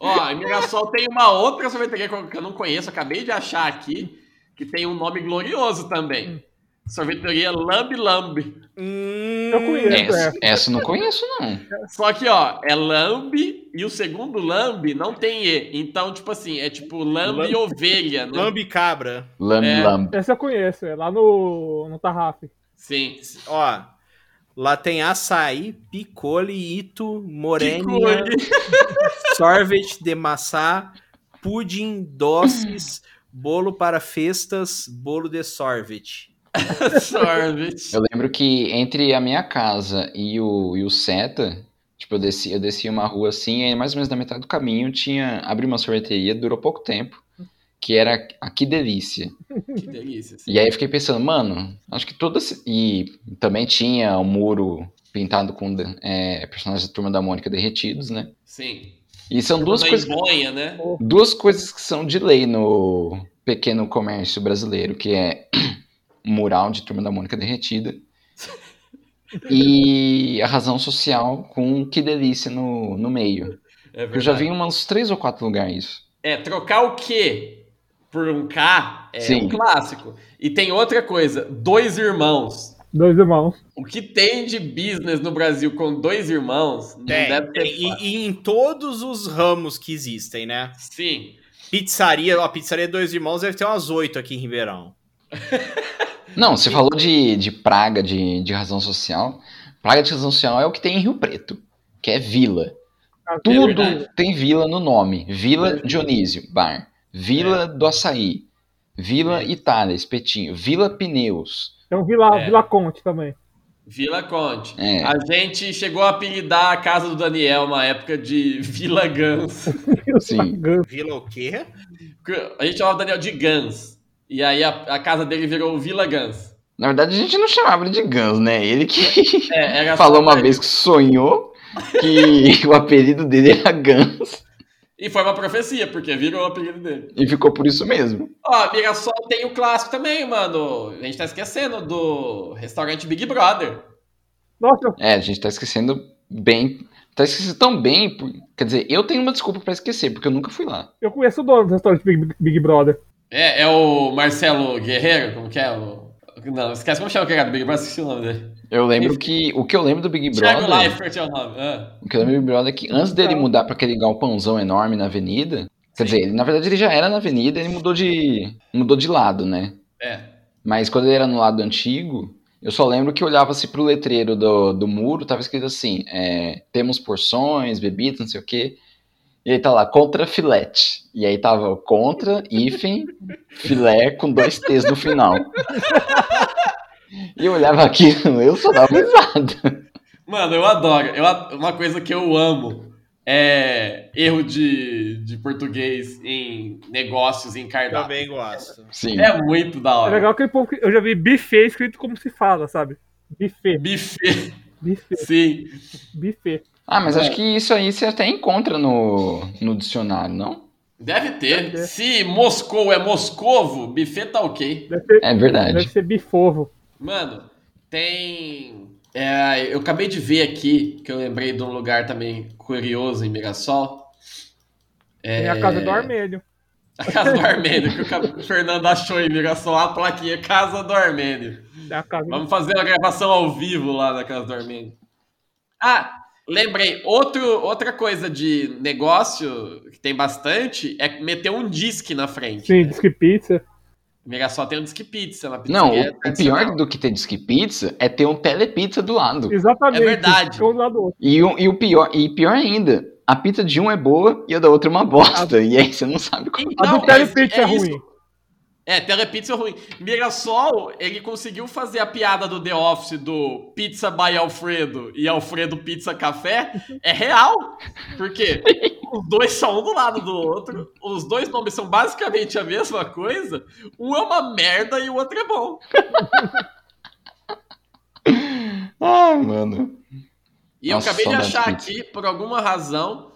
Ó, em Mirassol tem uma outra sorveteria que eu- que eu não conheço, acabei de achar aqui, que tem um nome glorioso também. Sorveteria Lambi Lambi.
Eu conheço
Essa,
essa.
essa eu não conheço, não.
Só que, ó, é Lambi e o segundo Lambi não tem E. Então, tipo assim, é tipo Lambi,
Hum. Lambi.
ovelha, né?
Lambe cabra.
Lamb,
É.
lamb.
Essa eu conheço, é lá no, no Tarraf.
Sim.
Ó, lá tem açaí, picole, ito, morenga,
Picole.
sorvete de maçã, pudim, doces, bolo para festas, bolo de sorvete.
Sorvete.
Eu lembro que entre a minha casa e o, e o Seta, tipo, eu desci, eu desci uma rua assim, e aí mais ou menos na metade do caminho tinha. Abri uma sorveteria, durou pouco tempo. Que era a que delícia.
Que delícia. assim.
E aí eu fiquei pensando, mano, acho que toda. ci- E também tinha o muro pintado com é, personagens da turma da Mônica derretidos, né?
Sim.
E são duas
Na
coisas.
Ibonha, né?
duas coisas que são de lei no pequeno comércio brasileiro, que é mural de Turma da Mônica derretida e a razão social com que delícia no, no meio.
É
Eu já
verdade.
vi em uns três ou quatro lugares isso.
É, trocar o quê por um K é
Sim.
um clássico. E tem outra coisa, dois irmãos.
Dois irmãos.
O que tem de business no Brasil com dois irmãos não deve ter
e,
fácil.
e em todos os ramos que existem, né?
Sim.
Pizzaria, ó, pizzaria Dois Irmãos deve ter umas oito aqui em Ribeirão.
Não, você falou de, de praga de, de razão social. Praga de razão social é o que tem em Rio Preto, que é vila.
Ah,
Tudo
é verdade. É.
tem vila no nome. Vila Dionísio, bar. Vila do Açaí. Vila
É.
Itália, espetinho. Vila Pneus.
Tem um Vila,
É.
Vila Conte também.
Vila Conte.
É.
A gente chegou a apelidar a casa do Daniel uma época de Vila Gans.
Sim.
Vila o quê?
A gente chamava o Daniel de Gans. E aí a, a casa dele virou Vila Gans.
Na verdade, a gente não chamava ele de Gans, né? Ele que
É, era
falou uma
só-
vez que sonhou que o apelido dele era Gans
E foi uma profecia, porque virou o apelido dele.
e ficou por isso mesmo.
Ó, Mirassol tem o clássico também, mano. A gente tá esquecendo do restaurante Big Brother.
Nossa,
É, a gente tá esquecendo bem. Tá esquecendo tão bem. por- Quer dizer, eu tenho uma desculpa pra esquecer, porque eu nunca fui lá.
eu conheço o dono do restaurante Big, Big Brother.
É, é o Marcelo Guerreiro, como que é? O... Não, esquece como chama o cara do Big Brother, esqueci o nome dele.
Eu lembro que. O que eu lembro do Big
Thiago
Brother.
Leifert Então. é o nome. ah.
O que eu lembro do Big Brother é que antes dele mudar pra aquele galpãozão enorme na avenida. Quer dizer, ele, na verdade ele já era na avenida, ele mudou de. mudou de lado, né?
É.
Mas quando ele era no lado antigo, eu só lembro que eu olhava assim pro letreiro do, do muro, tava escrito assim: é, temos porções, bebidas, não sei o quê. E aí tá lá, contra filete. E aí tava o contra, hífen, filé com dois T's no final. E eu olhava aquilo, eu só dava risada.
Mano, eu adoro. Eu, a- uma coisa que eu amo é erro de, de português em negócios, em cardápio.
Também gosto.
Sim.
É muito da
É
Ah.
hora.
legal aquele povo que eu já vi buffet escrito como se fala, sabe? Buffet.
Buffet.
Buffet.
Sim.
Buffet.
Ah, mas
É.
acho que isso aí você até encontra no, no dicionário, não?
Deve ter.
Deve ter.
Se Moscou é Moscovo, buffet tá ok.
Deve ser,
É verdade.
deve ser biforvo.
Mano, tem. é, eu acabei de ver aqui, que eu lembrei de um lugar também curioso em Mirassol. É,
Tem a casa do Armênio.
A casa do Armênio, que o Cab- Fernando achou em Mirassol a plaquinha Casa do Armênio.
É a casa do...
Vamos fazer uma gravação ao vivo lá na Casa do Armênio. Ah, lembrei. Outro, outra coisa de negócio que tem bastante é meter um disque na frente.
Sim, diz que pizza.
Mirassol tem um disque pizza na pizzaria.
Não, o, o
tradicional.
pior do que ter disque pizza é ter um telepizza do lado.
Exatamente.
É verdade.
Um lado do outro.
E, o, e o pior, e pior ainda, a pizza de um é boa e a da outra é uma
Ah.
bosta. E aí você não sabe é qual.
A
Não,
do
mas
Telepizza
é
é,
isso.
ruim.
É, telepizza é ruim. Mirassol, ele conseguiu fazer a piada do The Office do Pizza by Alfredo e Alfredo Pizza Café. É real. Porque os dois são um do lado do outro. Os dois nomes são basicamente a mesma coisa. Um é uma merda e o outro é bom.
Ah, mano.
E eu
Nossa,
acabei de
saudade
achar
de pizza.
aqui, por alguma razão,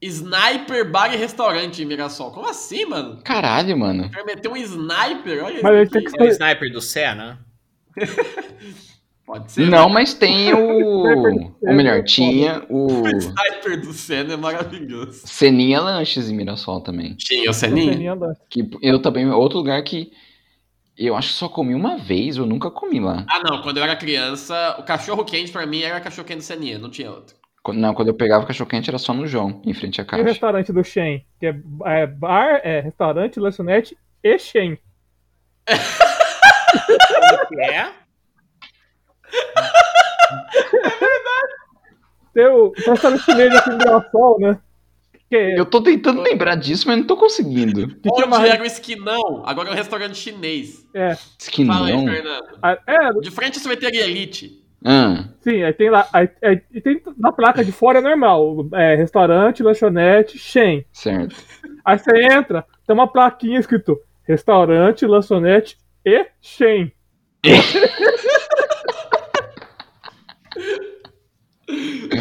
Sniper Bar e Restaurante em Mirassol. Como assim,
é.
mano?
Caralho, mano.
O cara meteu um sniper? Olha
Mas ele
isso
tem
aqui.
É o sniper do Senna?
Pode ser. né?
Não, mas tem o. Ou melhor,
é
tinha o.
O sniper do Senna é maravilhoso.
Ceninha Lanches em Mirassol também.
Tinha o
Não
Seninha.
tem nem andar.
Que eu também. Outro lugar que. Eu acho que só comi uma vez, eu nunca comi lá.
Ah, não. Quando eu era criança, o cachorro quente pra mim era cachorro quente do Seninha, não tinha outro.
Quando- Não, quando eu pegava cachorro quente era só no João, em frente à
E o
caixa.
restaurante do Shen? Que é, é bar, é restaurante, lanchonete e Shen.
É?
Tem o tem o restaurante mesmo aqui em Mirassol, né? Que é
Eu tô tentando lembrar disso, mas não tô conseguindo.
Que tinha
Onde
uma-
era o esquinão, agora é um restaurante chinês. Fala aí,
Esquinão.
Fernando.
Ah, É,
De frente à sorveteria Elite.
Ah,
sim, aí tem lá. Aí, aí- e tem na placa de fora é normal. É, restaurante, lanchonete, Shen.
certo.
Aí você entra, tem uma plaquinha escrito restaurante, lanchonete e Shen.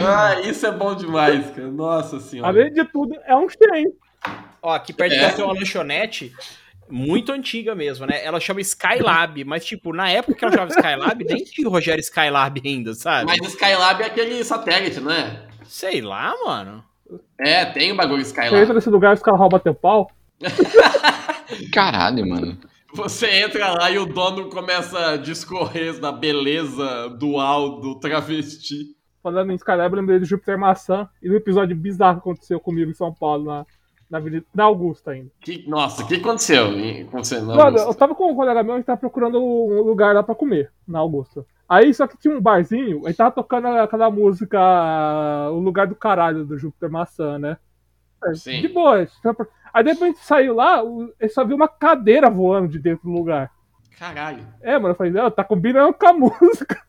Ah, isso é bom demais, cara. Nossa senhora.
Além de tudo, é um Shen.
Ó, aqui perto
É.
da tem uma lanchonete muito antiga mesmo, né? Ela chama Skylab, mas tipo, na época que ela chamava Skylab, nem tinha o Rogério Skylab ainda, sabe?
Mas o Skylab é aquele satélite, né?
Sei lá, mano.
É, tem o bagulho
Você entra
Skylab.
nesse lugar, os caras roubam teu pau.
Caralho, mano.
Você entra lá e o dono começa a discorrer da beleza dual do travesti.
Falando em Skylab, eu lembrei do Júpiter Maçã e do episódio bizarro que aconteceu comigo em São Paulo, na, na, Avenida, na Augusta ainda.
Que- nossa, o que aconteceu? hein? Aconteceu não,
Mano,
Augusto?
eu tava com um colega meu, a gente tava procurando um lugar lá pra comer, na Augusta. Aí só que tinha um barzinho, aí tava tocando aquela música O Lugar do Caralho, do Júpiter Maçã, né? É,
Sim.
De boa. a gente tava- Aí depois a gente saiu lá, o- eu só vi uma cadeira voando de dentro do lugar.
Caralho.
É, mano, eu falei, não, tá combinando com a música.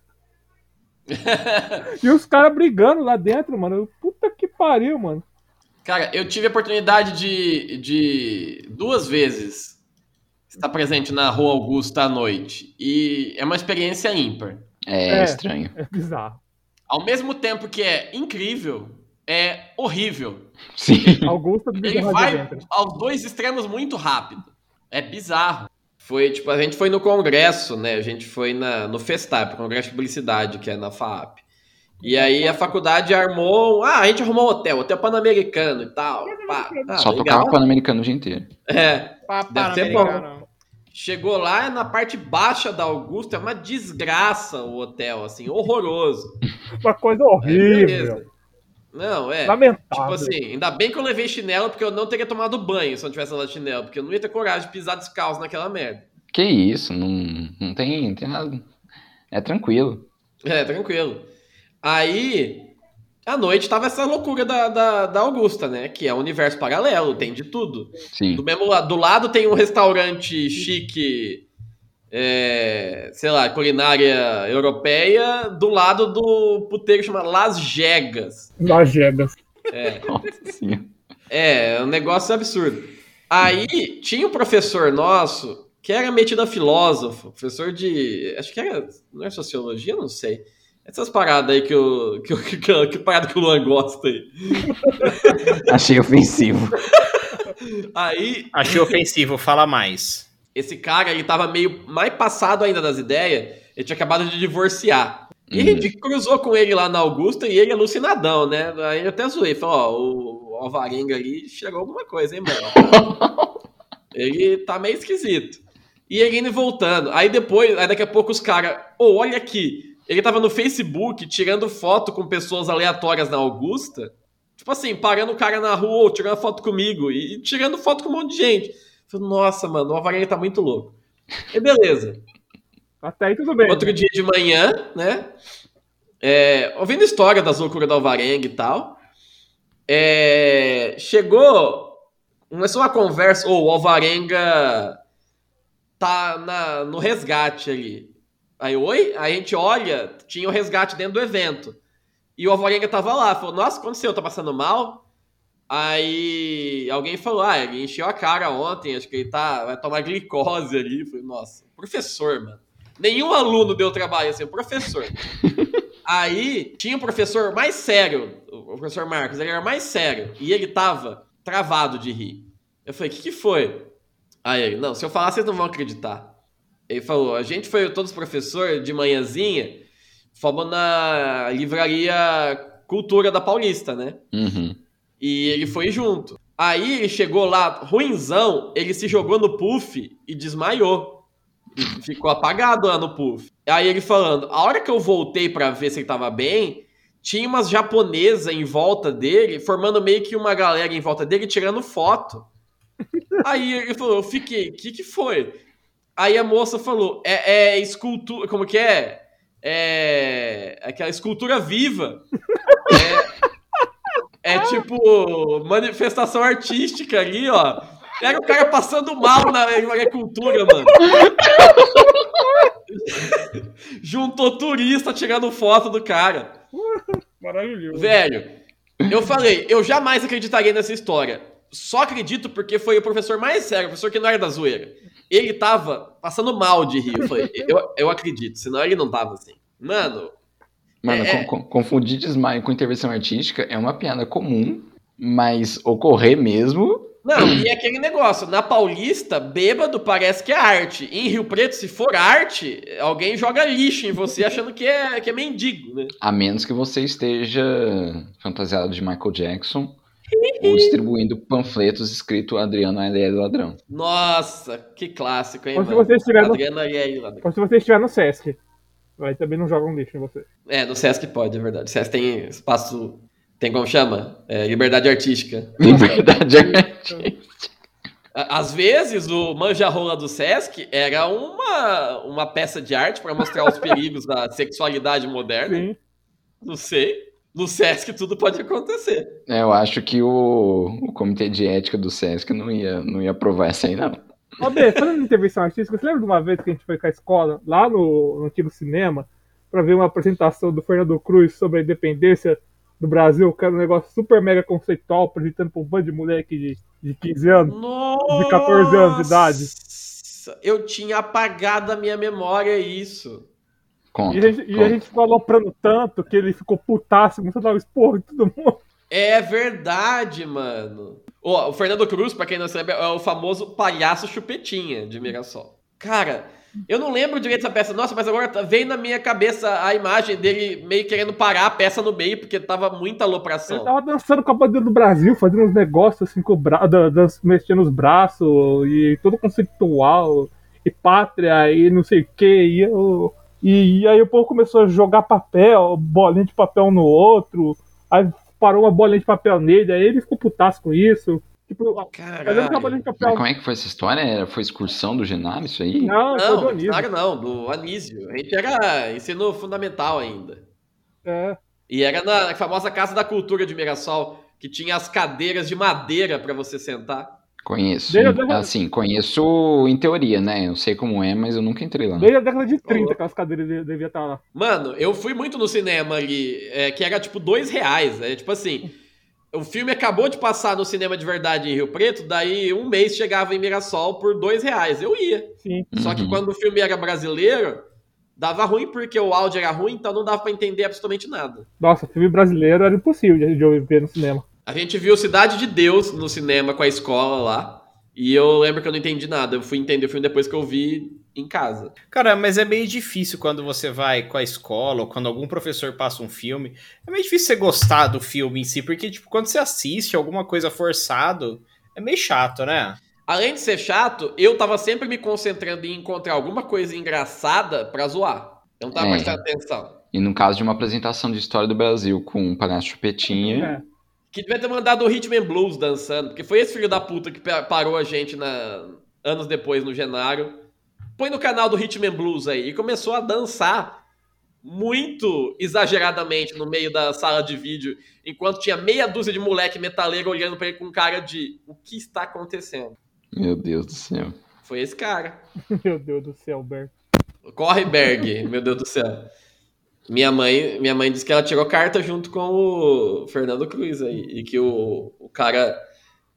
E os caras brigando lá dentro, mano. Eu, Puta que pariu, mano.
Cara, eu tive a oportunidade de, de duas vezes estar presente na Rua Augusta à noite. E é uma experiência ímpar.
É,
É.
estranho.
É bizarro.
Ao mesmo tempo que é incrível, é horrível.
Sim.
Augusta do
Ele
Bizarro de
vai
dentro.
aos dois extremos muito rápido. É bizarro. Foi, tipo, a gente foi no congresso, né? A gente foi na, no Festap, Congresso de Publicidade, que é na FAP. E aí a faculdade armou. Ah, a gente arrumou um hotel, hotel pan-americano e tal. pá. Ah,
só
legal.
tocava pan-americano o dia inteiro.
É.
Papai
ser bom. Chegou lá é na parte baixa da Augusta, é uma desgraça o hotel, assim, horroroso.
Uma coisa
Aí,
horrível.
beleza. Não, é. Tipo
Lamentável.
assim, ainda bem que eu levei chinelo, porque eu não teria tomado banho se eu não tivesse levado chinelo, porque eu não ia ter coragem de pisar descalço naquela merda.
Que isso, não, não tem, tem nada. É tranquilo.
É, tranquilo. Aí, à noite tava essa loucura da, da, da Augusta, né? Que é um universo paralelo, tem de tudo. Do
Sim.
mesmo lado, do lado tem um restaurante chique, é, sei lá, culinária europeia, do lado do puteiro chamado Las Jegas.
Lajeda.
Nossa senhora.
É, é um negócio absurdo. Aí tinha um professor nosso que era metido a filósofo, professor de. Acho que era. Não é sociologia, não sei. Essas paradas aí que o. Que, o- que, que, que parada que o Luan gosta aí.
Achei ofensivo.
Aí,
Achei ofensivo, fala mais.
Esse cara, ele tava meio mais passado ainda das ideias. Ele tinha acabado de divorciar. E a gente cruzou com ele lá na Augusta e ele é alucinadão, né? Aí eu até zoei. Falei, ó, o Alvarenga ali chegou alguma coisa, hein, mano? ele tá meio esquisito. E ele indo e voltando. Aí depois, aí daqui a pouco os caras, ô, olha aqui. Ele tava no Facebook tirando foto com pessoas aleatórias na Augusta. Tipo assim, parando o cara na rua, ou tirando foto comigo e e tirando foto com um monte de gente. Falei, nossa, mano, o Alvarenga tá muito louco. E beleza.
Até aí tudo bem.
Outro
né?
dia de manhã, né? é, ouvindo história das loucuras do Alvarenga e tal. é, chegou. Começou uma conversa. Ou o Alvarenga tá na- no resgate ali. Aí, oi? Aí a gente olha, tinha o resgate dentro do evento. E o Alvarenga tava lá, falou, nossa, o que aconteceu? Tá passando mal? Aí alguém falou, ah, ele encheu a cara ontem, acho que ele tá, vai tomar glicose ali. Eu Falei, nossa, professor, mano. Nenhum aluno deu trabalho assim, professor. Aí tinha um professor mais sério, o professor Marcos, ele era mais sério, e ele tava travado de rir. Eu falei, o que, que foi? Aí ele, não, se eu falar, vocês não vão acreditar. Ele falou, a gente foi todos professor de manhãzinha, fomos na livraria Cultura da Paulista, né?
Uhum.
E ele foi junto. Aí ele chegou lá, ruinzão, ele se jogou no puff e desmaiou. E ficou apagado lá no puff. Aí ele falando, a hora que eu voltei pra ver se ele tava bem, tinha umas japonesas em volta dele, formando meio que uma galera em volta dele, tirando foto. Aí ele falou, eu fiquei, o que que foi? Aí a moça falou, é, é escultura, como que é? É aquela escultura viva. É... É tipo manifestação artística ali, ó. Era o cara passando mal na agricultura, mano. Juntou turista tirando foto do cara.
Maravilhoso.
Velho, eu falei, eu jamais acreditaria nessa história. Só acredito porque foi o professor mais sério, o professor que não era da zoeira. Ele tava passando mal de rir. Eu falei, eu, eu acredito, senão ele não tava assim. Mano,
Mano,
É.
con- con- confundir desmaio com intervenção artística é uma piada comum, mas ocorrer mesmo.
Não, e é aquele negócio, na Paulista, bêbado parece que é arte. Em Rio Preto, se for arte, alguém joga lixo em você achando que é, que é mendigo, né?
A menos que você esteja fantasiado de Michael Jackson ou distribuindo panfletos escrito Adriano L.L. Ladrão.
Nossa, que clássico, hein,
Mas se
mano?
você estiver no-
Adriana e aí, lá.
Ou se você estiver no Sesc. Aí também não jogam lixo em você.
É, no Sesc pode, é verdade. O Sesc tem espaço, tem como chama? É, liberdade artística.
Liberdade artística.
À- Às vezes, o manja-rola do Sesc era uma, uma peça de arte para mostrar os perigos da sexualidade moderna.
Sim.
Não sei. No Sesc tudo pode acontecer.
É, Eu acho que o, o comitê de ética do Sesc não ia, não ia aprovar essa aí, não.
Ó, B, falando em intervenção artística, você lembra de uma vez que a gente foi com a escola lá no, no antigo cinema pra ver uma apresentação do Fernando Cruz sobre a independência do Brasil, que era um negócio super mega conceitual, apresentando pra um bando de moleque de, de 15 anos?
Nossa!
14 anos de idade.
Eu tinha apagado a minha memória isso.
E
Conta.
a gente, e a
conta.
gente ficou aloprando tanto que ele ficou putaço, começou a dar um esporro em todo mundo.
É verdade, mano. Ó, o Fernando Cruz, pra quem não sabe, é o famoso palhaço chupetinha de Mirassol. Cara, eu não lembro direito dessa peça. Nossa, mas agora tá- veio na minha cabeça a imagem dele meio querendo parar a peça no meio, porque tava muita
Ele
alopração.
tava dançando com a bandeira do Brasil, fazendo uns negócios assim, com o bra... dan- dan- mexendo os braços, e todo conceitual, e pátria, e não sei o que, e eu. E, e aí o povo começou a jogar papel, bolinha de papel um no outro, aí parou uma bolinha de papel nele, aí ele ficou putaço com isso. Tipo, fazendo uma bolinha
Caralho.
de papel.
Mas como é que foi essa história? Era- Foi excursão do Genaro isso aí?
Não, foi do
Então, Não,
Anísio.
claro não, do Anísio. A gente era ensino fundamental ainda.
É.
E era na famosa Casa da Cultura de Mirassol, que tinha as cadeiras de madeira pra você sentar.
Conheço.
Desde a década-
Assim, conheço em teoria, né? Eu sei como é, mas eu nunca entrei lá.
Desde a década de 30 aquelas cadeiras de- devia estar lá.
Mano, eu fui muito no cinema ali, é, que era tipo dois reais. É tipo assim, o filme acabou de passar no cinema de verdade em Rio Preto, daí um mês chegava em Mirassol por dois reais. Eu ia.
Sim.
Só que
Uhum.
quando o filme era brasileiro, Dava ruim porque o áudio era ruim, então não dava pra entender absolutamente nada.
Nossa, filme brasileiro era impossível de, de eu ver no cinema.
A gente viu Cidade de Deus no cinema com a escola lá. E eu lembro que eu não entendi nada. Eu fui entender o filme depois que eu vi em casa.
Cara, mas é meio difícil quando você vai com a escola ou quando algum professor passa um filme. É meio difícil você gostar do filme em si, porque, tipo, quando você assiste alguma coisa forçado, é meio chato, né?
Além de ser chato, eu tava sempre me concentrando em encontrar alguma coisa engraçada pra zoar. Eu não tava
É.
prestando atenção.
E no caso de uma apresentação de história do Brasil com um palhaço chupetinha,
É.
Que devia ter mandado o Hitman Blues dançando, porque foi esse filho da puta que pa- parou a gente na... anos depois no Genaro. Põe no canal do Hitman Blues aí. E começou a dançar muito exageradamente no meio da sala de vídeo, enquanto tinha meia dúzia de moleque metaleiro olhando pra ele com cara de o que está acontecendo?
meu Deus do céu.
Foi esse cara.
Meu Deus do céu, Bert.
Corre, Berg, meu Deus do céu. Minha mãe, minha mãe disse que ela tirou carta junto com o Fernando Cruz aí. E que o, o cara.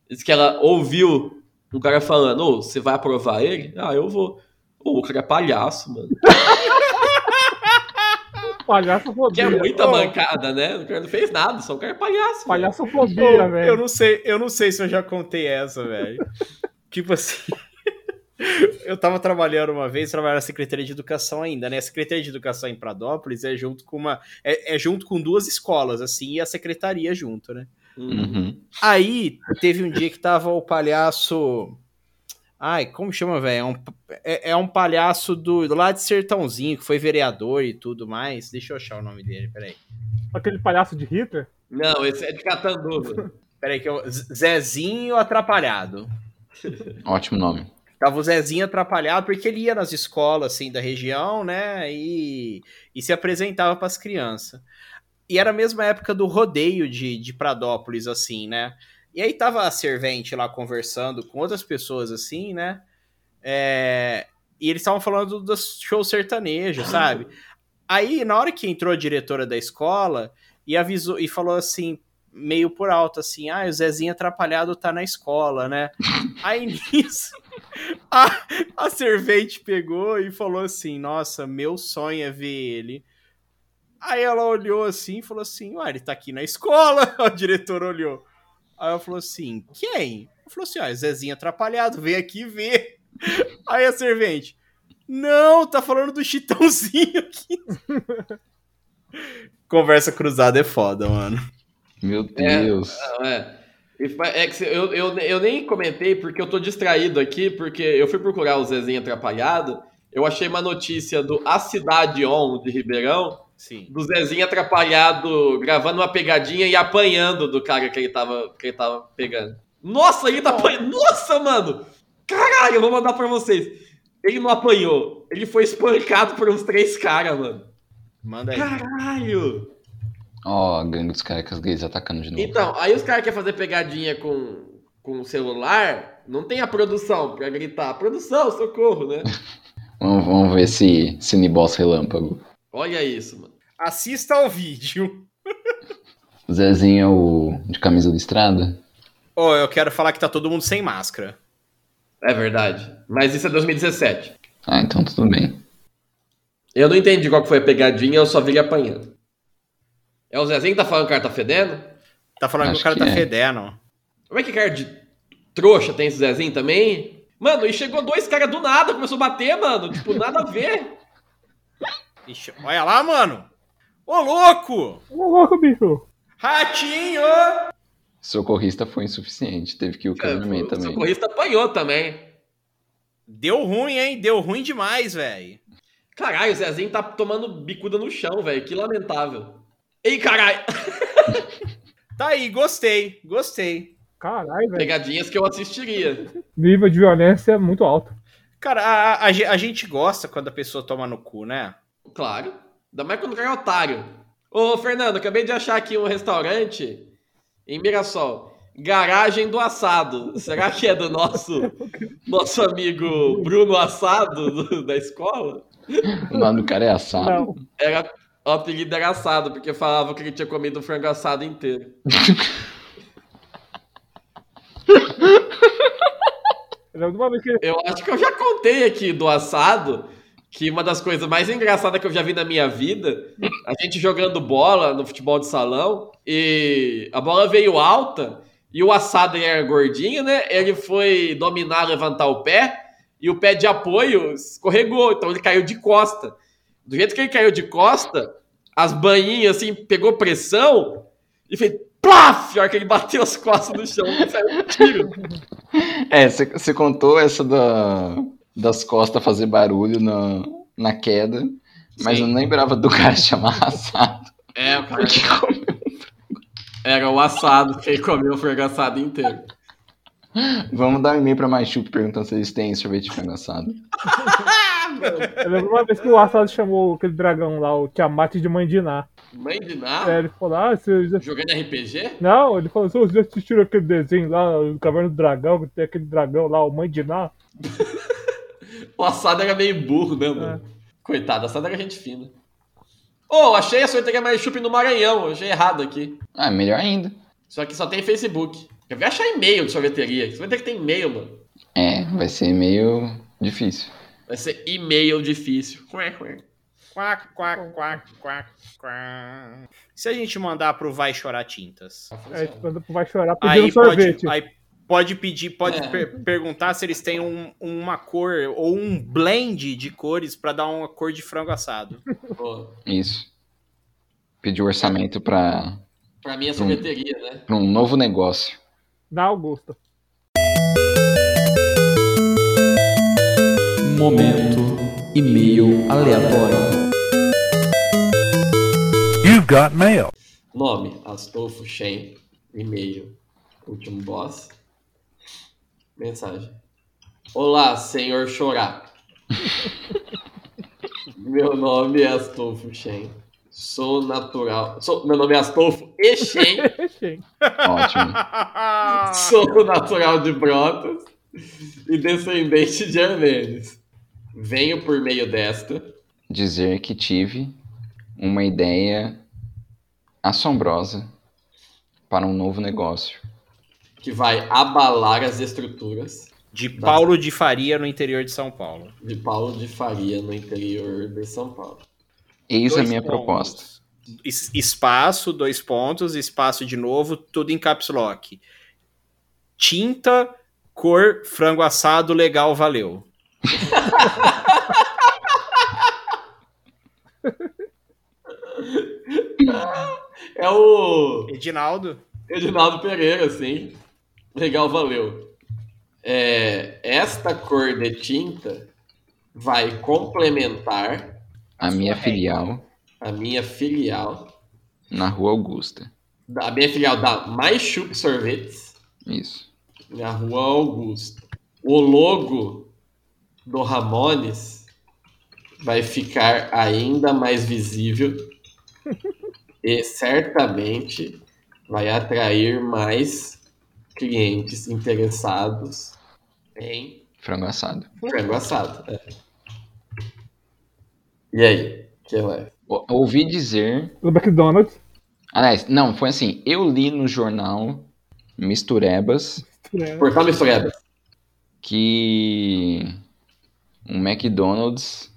Disse que ela ouviu um cara falando: Ô, você vai aprovar ele? Ah, eu vou. Ô, o cara é palhaço, mano.
Palhaço
Que é
fobia.
muita
Ô.
bancada, né? O cara não fez nada, só o cara é palhaço. mano.
Palhaço fobia,
eu, eu
velho.
não sei, eu não sei se eu já contei essa, velho. tipo assim. Eu tava trabalhando uma vez, trabalhava na Secretaria de Educação ainda, né? A Secretaria de Educação em Pradópolis é junto com uma. É, é junto com duas escolas, assim, e a secretaria junto, né?
Hum.
Uhum.
Aí teve um dia que tava o palhaço. Ai, como chama, velho? É um, é, é um palhaço do lá de Sertãozinho, que foi vereador e tudo mais. Deixa eu achar o nome dele, peraí.
Aquele palhaço de Hitler.
Não, esse é de Catanduva.
Peraí, que eu. Zezinho atrapalhado.
Ótimo nome.
Tava o Zezinho atrapalhado porque ele ia nas escolas assim da região, né? E, e se apresentava pras crianças. E era a mesma época do rodeio de, de Pradópolis, assim, né? E aí tava a servente lá conversando com outras pessoas, assim, né? É, e eles estavam falando dos shows sertanejos, sabe? Aí, na hora que entrou a diretora da escola e avisou e falou assim, meio por alto, assim, ah, o Zezinho atrapalhado tá na escola, né? Aí nisso. A, a servente pegou e falou assim: Nossa, meu sonho é ver ele. Aí ela olhou assim e falou assim: Ué, ele tá aqui na escola. A diretora olhou. Aí ela falou assim: Quem? Ela falou assim: Ó, é Zezinho atrapalhado, vem aqui ver. Aí a servente: Não, tá falando do Chitãozinho aqui. Conversa cruzada é foda, mano.
Meu Deus.
Não, é. E fa- é que se- eu, eu, eu nem comentei porque eu tô distraído aqui, porque eu fui procurar o Zezinho atrapalhado. Eu achei uma notícia do A Cidade On de Ribeirão,
Sim.
do Zezinho atrapalhado gravando uma pegadinha e apanhando do cara que ele tava, que ele tava pegando. Nossa, ele tá apanhando. Nossa, mano! Caralho, eu vou mandar pra vocês. Ele não apanhou. Ele foi espancado por uns três caras, mano.
Manda aí.
Caralho!
Ó, gangue dos carecas gays atacando de novo.
Então, aí os caras querem fazer pegadinha com, com o celular, não tem a produção pra gritar, produção, socorro, né?
Vamos, vamos ver se Cineboss relâmpago.
Olha isso, mano.
Assista ao vídeo.
O Zezinho é o de camisa listrada?
Ô, eu quero falar que tá todo mundo sem máscara.
É verdade. Mas isso é 2017.
Ah, então tudo bem.
Eu não entendi qual que foi a pegadinha, eu só vi ele apanhando. É o Zezinho que tá falando que o cara tá fedendo?
Tá falando que
Acho
o cara
que
tá
é.
fedendo.
Como é que cara de trouxa tem esse Zezinho também? Mano, e chegou dois caras do nada, começou a bater, mano. Tipo, nada a ver.
Ixi, olha lá, mano. Ô, louco!
Ô, louco, bicho.
Ratinho!
Socorrista foi insuficiente, teve que ir o cameraman
o
também.
É, socorrista apanhou também.
Deu ruim, hein? Deu ruim demais, velho.
Caralho, o Zezinho tá tomando bicuda no chão, velho. Que lamentável. Ei, caralho!
Tá aí, gostei, gostei.
Caralho, velho.
Pegadinhas que eu assistiria.
Nível de violência muito alto.
Cara, a, a- a ge- a gente gosta quando a pessoa toma no cu, né?
Claro. Ainda mais quando o cara é otário. Ô, Fernando, acabei de achar aqui um restaurante em Mirassol. Garagem do Assado. Será que é do nosso nosso amigo Bruno Assado do- da escola?
O nome do cara é assado.
Não.
Era, o apelido era assado, porque falava que ele tinha comido o frango assado inteiro.
Eu lembro de uma vez que
Eu acho que eu já contei aqui do assado, que uma das coisas mais engraçadas que eu já vi na minha vida, a gente jogando bola no futebol de salão, e a bola veio alta, e o assado ele era gordinho, né? Ele foi dominar, levantar o pé, e o pé de apoio escorregou, então ele caiu de costa. Do jeito que ele caiu de costa, as banhinhas, assim, pegou pressão, e fez plaf! A hora que ele bateu as costas no chão, saiu um tiro.
É, você contou essa da, das costas fazer barulho na, na queda, mas
Sim.
eu não lembrava do cara chamar assado.
É, o cara
Porque como-
era o assado que ele comeu o frango assado inteiro.
Vamos dar um e-mail pra Machu perguntando se eles têm sorvete de frango assado.
Eu lembro uma vez que o Assad chamou aquele dragão lá, o Tiamat de Mandiná.
Mãe de
É,
nada?
ele falou, ah, você já...
Jogando RPG?
Não, ele falou, vocês já assistiram aquele desenho lá, o Caverna do Dragão, que tem aquele dragão lá, o Mandiná?
O assado era meio burro, né, mano? Coitado, assado era gente fina. Ô, oh, achei a sorteira mais chup no Maranhão, eu achei errado aqui.
Ah, melhor ainda.
Só que só tem Facebook. Quer ver achar e-mail de sorveteria? Você vai ter que ter e-mail, mano.
É, vai ser meio difícil.
Vai ser e-mail difícil. Ué, ué.
Quá, quá, quá, quá, quá. E se a gente mandar pro Vai Chorar Tintas?
Tá
Aí tipo, anda pro vai chorar pedindo
Aí pode,
sorvete.
aí pode pedir, pode
É.
per- perguntar se eles têm um- uma cor ou um blend de cores pra dar uma cor de frango assado.
Pô,
tipo, Isso. Pedir orçamento pra,
Pra mim é sorveteria, né?
pra um novo negócio.
Na Augusta.
Momento e-mail aleatório.
You've got mail.
Nome: Astolfo Shen. E-mail: Último boss. Mensagem: Olá, senhor Chorá. meu nome é Astolfo Shen. Sou natural. Sou... Meu nome é Astolfo e Shen.
Fechei.
Ótimo.
Sou natural de Brotas e descendente de armênios. Venho por meio desta.
Dizer que tive uma ideia assombrosa para um novo negócio.
Que vai abalar as estruturas
De Paulo de Faria no interior de São Paulo.
de Paulo de Faria no interior de São Paulo.
Eis a
Dois
é minha
pontos.
proposta.
Es- espaço, dois pontos, espaço de novo, tudo em caps lock. Tinta, cor, frango assado, legal, valeu.
É o
Edinaldo?
Edinaldo Pereira, sim. Legal, valeu. É, esta cor de tinta vai complementar
A minha
régua.
filial
a minha filial.
na Rua Augusta.
A minha filial da Mais Chup Sorvetes.
Isso.
na Rua Augusto. O logo do Ramones vai ficar ainda mais visível e certamente vai atrair mais clientes interessados em
Frango assado.
frango assado. É. E aí? Que é?
O- Ouvi dizer
Do McDonald's.
Aliás, não, foi assim. Eu li no jornal Misturebas
né?
Portal Mistureba.
que um McDonald's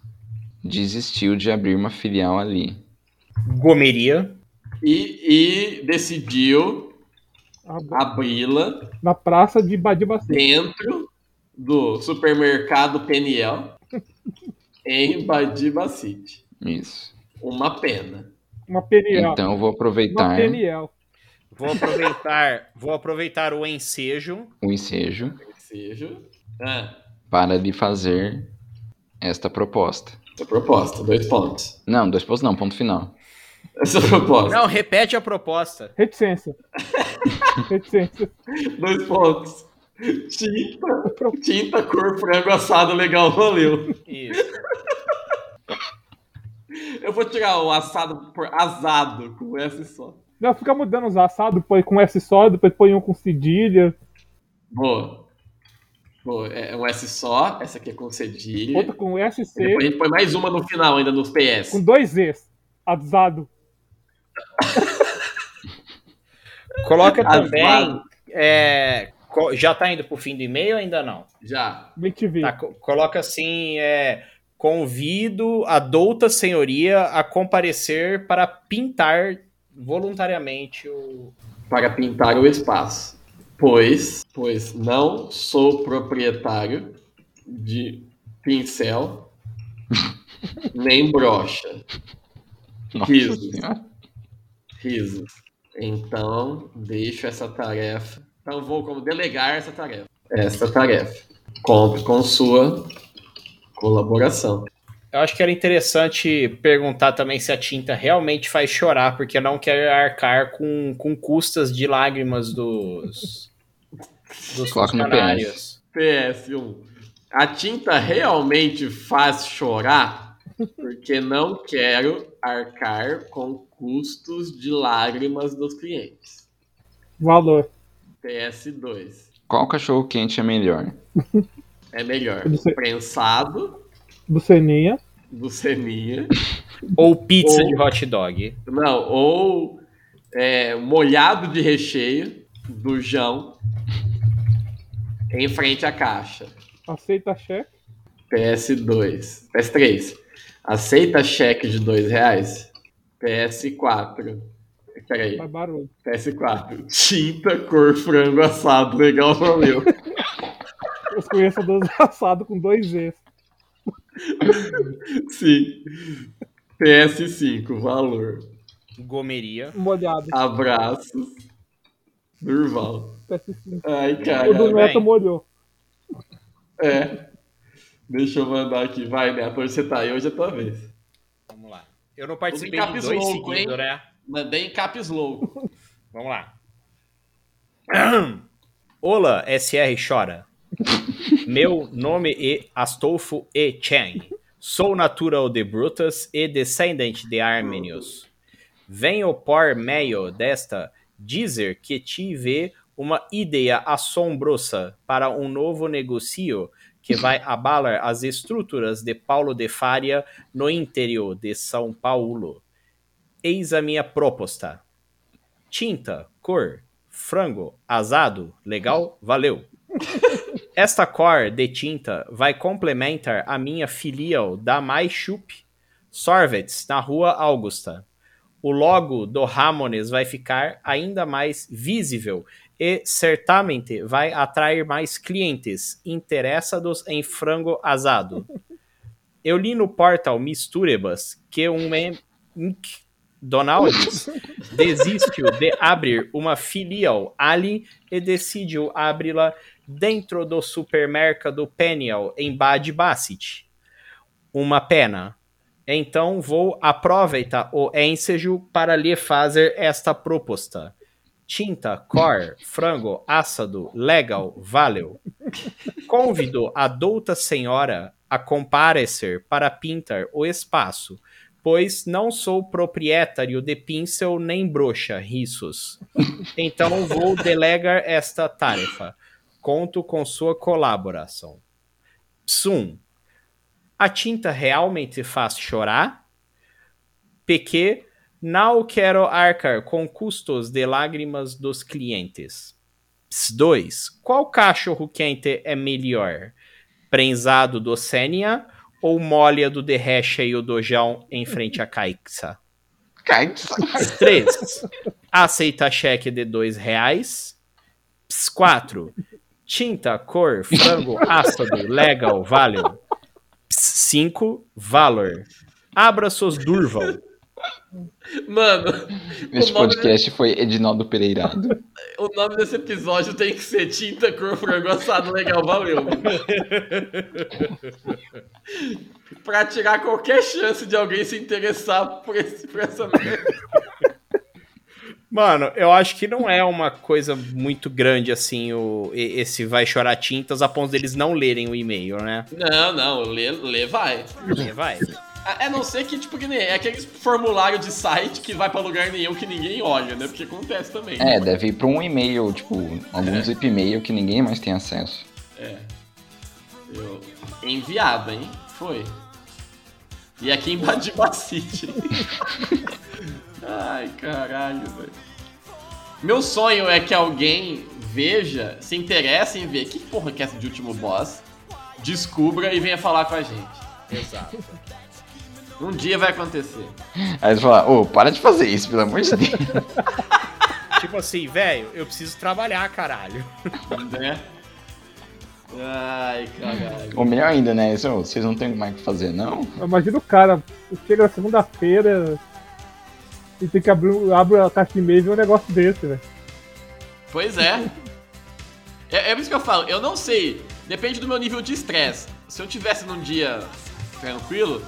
desistiu de abrir uma filial ali.
Gomeria.
E, e decidiu
A-
abri-la
Na praça de Badibacê.
dentro do supermercado Peniel em Badibacite.
Isso.
Uma pena.
Uma peniel.
Então eu vou
uma
aproveitar
peniel.
Vou aproveitar, vou aproveitar o ensejo.
o ensejo
Seja ah,
para lhe fazer esta proposta.
essa é proposta, dois pontos.
Não, dois pontos não, ponto final.
Essa é proposta,
Não, repete a proposta.
Reticência. Reticência.
dois pontos. Tinta, tinta, cor, frango assado, legal, valeu.
Isso.
Eu vou tirar o assado por asado com S só.
Não, fica mudando os assados, põe com S só, depois põe um com cedilha,
Boa. Boa, é um S só, essa aqui é com cedilha.
outra com SC,
Depois a gente põe mais uma no final ainda nos PS.
com dois Zs. Asado.
Coloca
Azado.
também. é, co- já tá indo pro fim do e-mail ou ainda não?
Já.
Bem te vi.
Tá, co- coloca assim: é, Convido a douta senhoria a comparecer para pintar voluntariamente o.
para pintar o espaço. Pois, pois não sou proprietário de pincel nem brocha.
Nossa
Risos.
Senhora.
Risos. Então, deixo essa tarefa. Então, vou como delegar essa tarefa. Essa tarefa. Conto com sua colaboração.
Eu acho que era interessante perguntar também se a tinta realmente faz chorar, porque eu não quero arcar com, com custas de lágrimas dos, dos
Coloca no
funcionários.
PS1. A tinta realmente faz chorar? Porque não quero arcar com custos de lágrimas dos clientes.
Valor.
PS2.
Qual cachorro quente é melhor?
É melhor
Eu não sei.
prensado
Do Seninha.
do Seninha.
Ou pizza
Ou-
de hot dog.
Não, ou é, molhado de recheio do Jão em frente à caixa.
Aceita cheque.
PS2. PS3. Aceita cheque de dois reais? PS4. Peraí.
Faz barulho.
PS4. Tinta cor frango assado, legal valeu.
Os conhecedores assados com dois Zs.
Sim. PS5, valor.
Gomeria.
Molhado.
Abraços. Durval.
PS5.
Ai,
O do
cara.
Neto molhou.
É. Deixa eu mandar aqui. Vai, Neto. Hoje você tá aí, hoje é tua vez.
Vamos lá. Eu não participei
Tudo em
de
caps
dois
louco,
seguidos, né?
Mandei em caps louco.
Vamos lá. Olá, SR chora. Meu nome é Astolfo E. Chang. Sou natural de Brutus e descendente de Arminius. Venho por meio desta dizer que tive uma ideia assombrosa para um novo negócio que vai abalar as estruturas de Paulo de Faria no interior de São Paulo. Eis a minha proposta tinta, cor, frango, asado, legal, valeu. Esta cor de tinta vai complementar a minha filial da Mais Chup Sorvets na Rua Augusta. O logo do Ramones vai ficar ainda mais visível e certamente vai atrair mais clientes interessados em frango asado. Eu li no portal Misturebas que um McDonald's desistiu de abrir uma filial ali e decidiu abri-la dentro do supermercado Peniel, em Bad Bassett. Uma pena. Então vou aproveitar o ensejo para lhe fazer esta proposta. Tinta, cor, frango, assado, legal, valeu. Convido a douta senhora a comparecer para pintar o espaço pois não sou proprietário de pincel nem broxa, risos. Então vou delegar esta tarefa. Conto com sua colaboração. Psum. A tinta realmente faz chorar? PQ. Não quero arcar com custos de lágrimas dos clientes. Ps 2. Qual cachorro quente é melhor? Prensado do Sênia ou molha do Derrecha e o Dojão em frente à Caixa?
Cai que sa-
3. Aceita cheque de dois reais. 4. Tinta, cor, frango, ácido, legal, valeu. 5. Valor. Abra seus Durval.
Mano,
Este
né?
o nome,
podcast foi Edinaldo Pereirado.
o nome desse episódio tem que ser Tinta Cor Frango Assado Legal, valeu. mano. pra tirar qualquer chance de alguém se interessar por, esse, por essa merda.
Mano, eu acho que não é uma coisa muito grande assim, o, e- esse vai chorar tintas a ponto deles não lerem o e-mail, né?
Não, não, lê, lê vai.
Vai.
A, a não ser que, tipo, que nem é aquele formulário de site que vai pra lugar nenhum que ninguém olha, né? Porque acontece também.
É, deve ir pra um e-mail, tipo, algum zip e-mail que ninguém mais tem acesso.
Eu- Enviado, hein? Foi. E aqui em Badibacite. Ai, caralho, velho. Meu sonho é que alguém veja, se interesse em ver que porra que é essa de último boss, descubra e venha falar com a gente.
Exato.
Um dia vai acontecer.
Aí eles falam, ô, para de fazer isso, pelo amor de Deus.
tipo assim, velho, eu preciso trabalhar, caralho.
Né? Ai, caralho.
Ou melhor ainda, né? Eles, "Ô, Vocês não têm mais o que fazer, não?
Imagina o cara, chega na segunda-feira e tem que abrir abre a caixa de e-mail e vê um negócio desse, velho.
Pois é. é. É por isso que eu falo, eu não sei. Depende do meu nível de estresse. Se eu tivesse num dia tranquilo,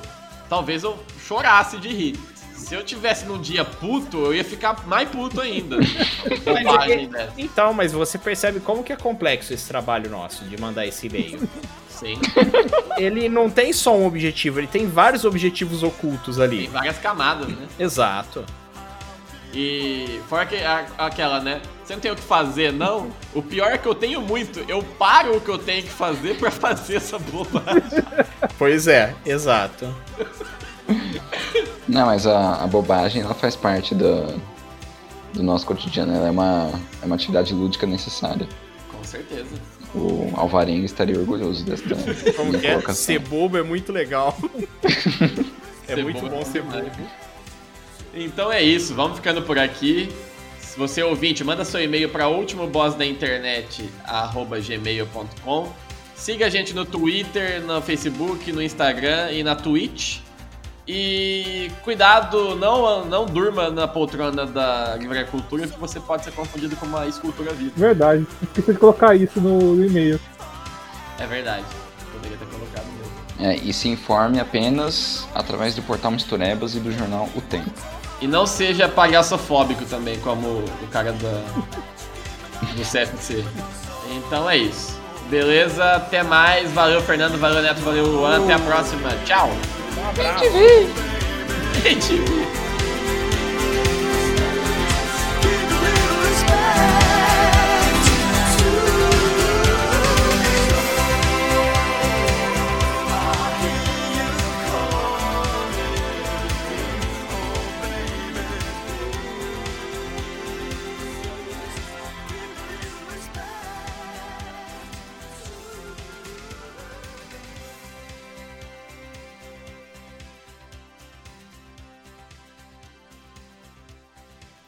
talvez eu chorasse de rir. Se eu tivesse num dia puto, eu ia ficar mais puto ainda. Bobagem, né?
Então, mas você percebe como que é complexo esse trabalho nosso de mandar esse e-mail.
Sim,
ele não tem só um objetivo, ele tem vários objetivos ocultos
tem
ali.
várias camadas, né?
Exato.
E fora que, a- aquela, né? Você não tem o que fazer, não? O pior é que eu tenho muito. Eu paro o que eu tenho que fazer pra fazer essa bobagem.
Pois é, exato.
Não, mas a, a bobagem, ela faz parte da, do nosso cotidiano. Ela é uma, é uma atividade lúdica necessária.
Com certeza.
O Alvarenga estaria orgulhoso dessa
Como
minha
que é?
colocação.
Ser bobo é muito legal. é muito bom ser bobo.
Então é isso, vamos ficando por aqui. Se você é ouvinte, manda seu e-mail para ultimobossdainternet@gmail.com. Siga a gente no Twitter, no Facebook, no Instagram e na Twitch. E cuidado, não, não durma na poltrona da Livraria Cultura, porque você pode ser confundido com uma escultura viva.
Verdade. Esqueci de colocar isso no, no e-mail.
É verdade. Poderia ter colocado mesmo.
É, e se informe apenas através do portal Misturebas e do jornal O Tempo.
E não seja palhaçofóbico também, como o cara da, do CFC. Então é isso. Beleza, até mais. Valeu, Fernando. Valeu, Neto. Valeu, Luan. Até a próxima. Tchau. Um abraço.